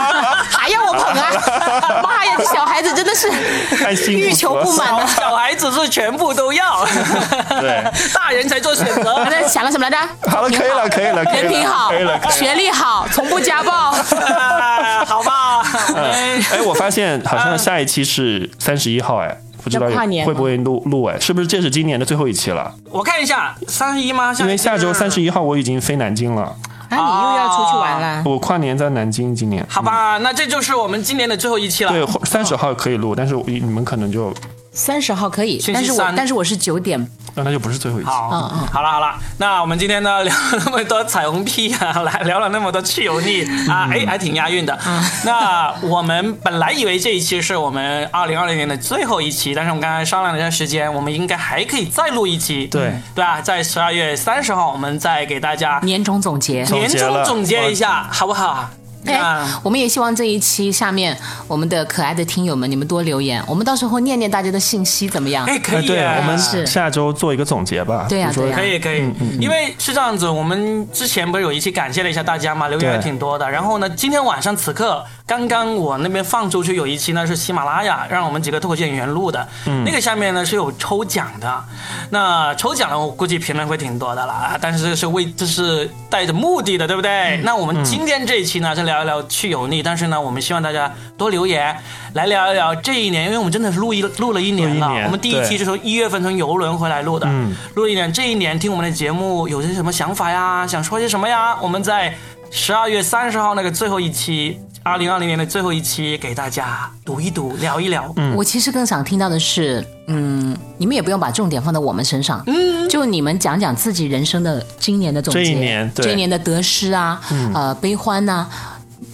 还要我捧啊！妈呀，这小孩子真的是太幸福了欲求不满啊 了。小孩子是全部都要， 对，大人才做选我择。在想了什么来着？ 好了，可以了，可以了，可以人了，品好可以了，可以了。学历好，从不 家暴。啊 好吧， 哎哎，我发现好像下一期是三十一号，哎，不知道要跨年吗会不会录录，哎，是不是这是今年的最后一期了？我看一下，三十一吗？因为下周三十一。一号我已经飞南京了，啊，你又要出去玩啦？我跨年在南京，今年。好吧，那这就是我们今年的最后一期了。对，三十号可以录，但是我你们可能就，三十号可以，星期但是我三但是我是九点，那那就不是最后一期。好，嗯嗯好了好了，那我们今天呢聊了那么多彩虹屁啊，来聊了那么多去油腻嗯啊，哎，还挺押韵的。那我们本来以为这一期是我们二零二零年的最后一期，但是我们刚才商量了一下时间，我们应该还可以再录一期，对对吧？在十二月三十号，我们再给大家年终总结。总年结了终总结一下，好不好？嗯啊哎 Yeah，我们也希望这一期下面我们的可爱的听友们，你们多留言，我们到时候念念大家的信息，怎么样？哎，可呃以，对我们是下周做一个总结吧。对呀比如说对呀可以可嗯以，因为是这样子，我们之前不是有一期感谢了一下大家嘛，留言还对挺多的。然后呢，今天晚上此刻，刚刚我那边放出去有一期呢是喜马拉雅让我们几个脱口秀演员录的，嗯那个下面呢是有抽奖的。那抽奖呢，我估计评论会挺多的了嗯啊，但是是为这是带着目的的，对不对？那我们今天这一期呢是聊一聊去油腻，但是呢，我们希望大家多留言来聊一聊这一年，因为我们真的是录一录了一年了录一，年我们第一期对是从一月份从游轮回来录的。嗯录一点这一年听我们的节目有些什么想法呀？想说些什么呀？我们在十二月三十号那个最后一期，二零二零年的最后一期给大家读一读，聊一聊。嗯，我其实更想听到的是，嗯，你们也不用把重点放到我们身上，嗯，就你们讲讲自己人生的今年的总结，这一年对这一年的得失啊，呃，悲欢呐、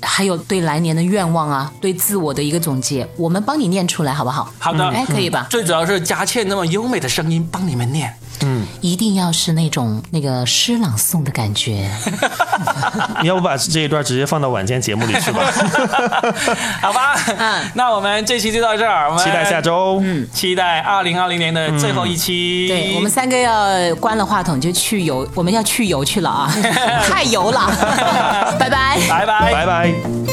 还有对来年的愿望啊，对自我的一个总结，我们帮你念出来好不好？好的，嗯哎，可以吧？最主要是佳倩那么优美的声音帮你们 念。一定要是那种那个诗朗诵的感觉。你要不把这一段直接放到晚间节目里 去吧？好吧，嗯那我们这期就到这儿，我们期待下，周。嗯，期待二零二零年的最后一期。嗯对我们三个要关了话筒就去游，我们要去游去了啊，太游了，拜拜。 拜拜。拜拜。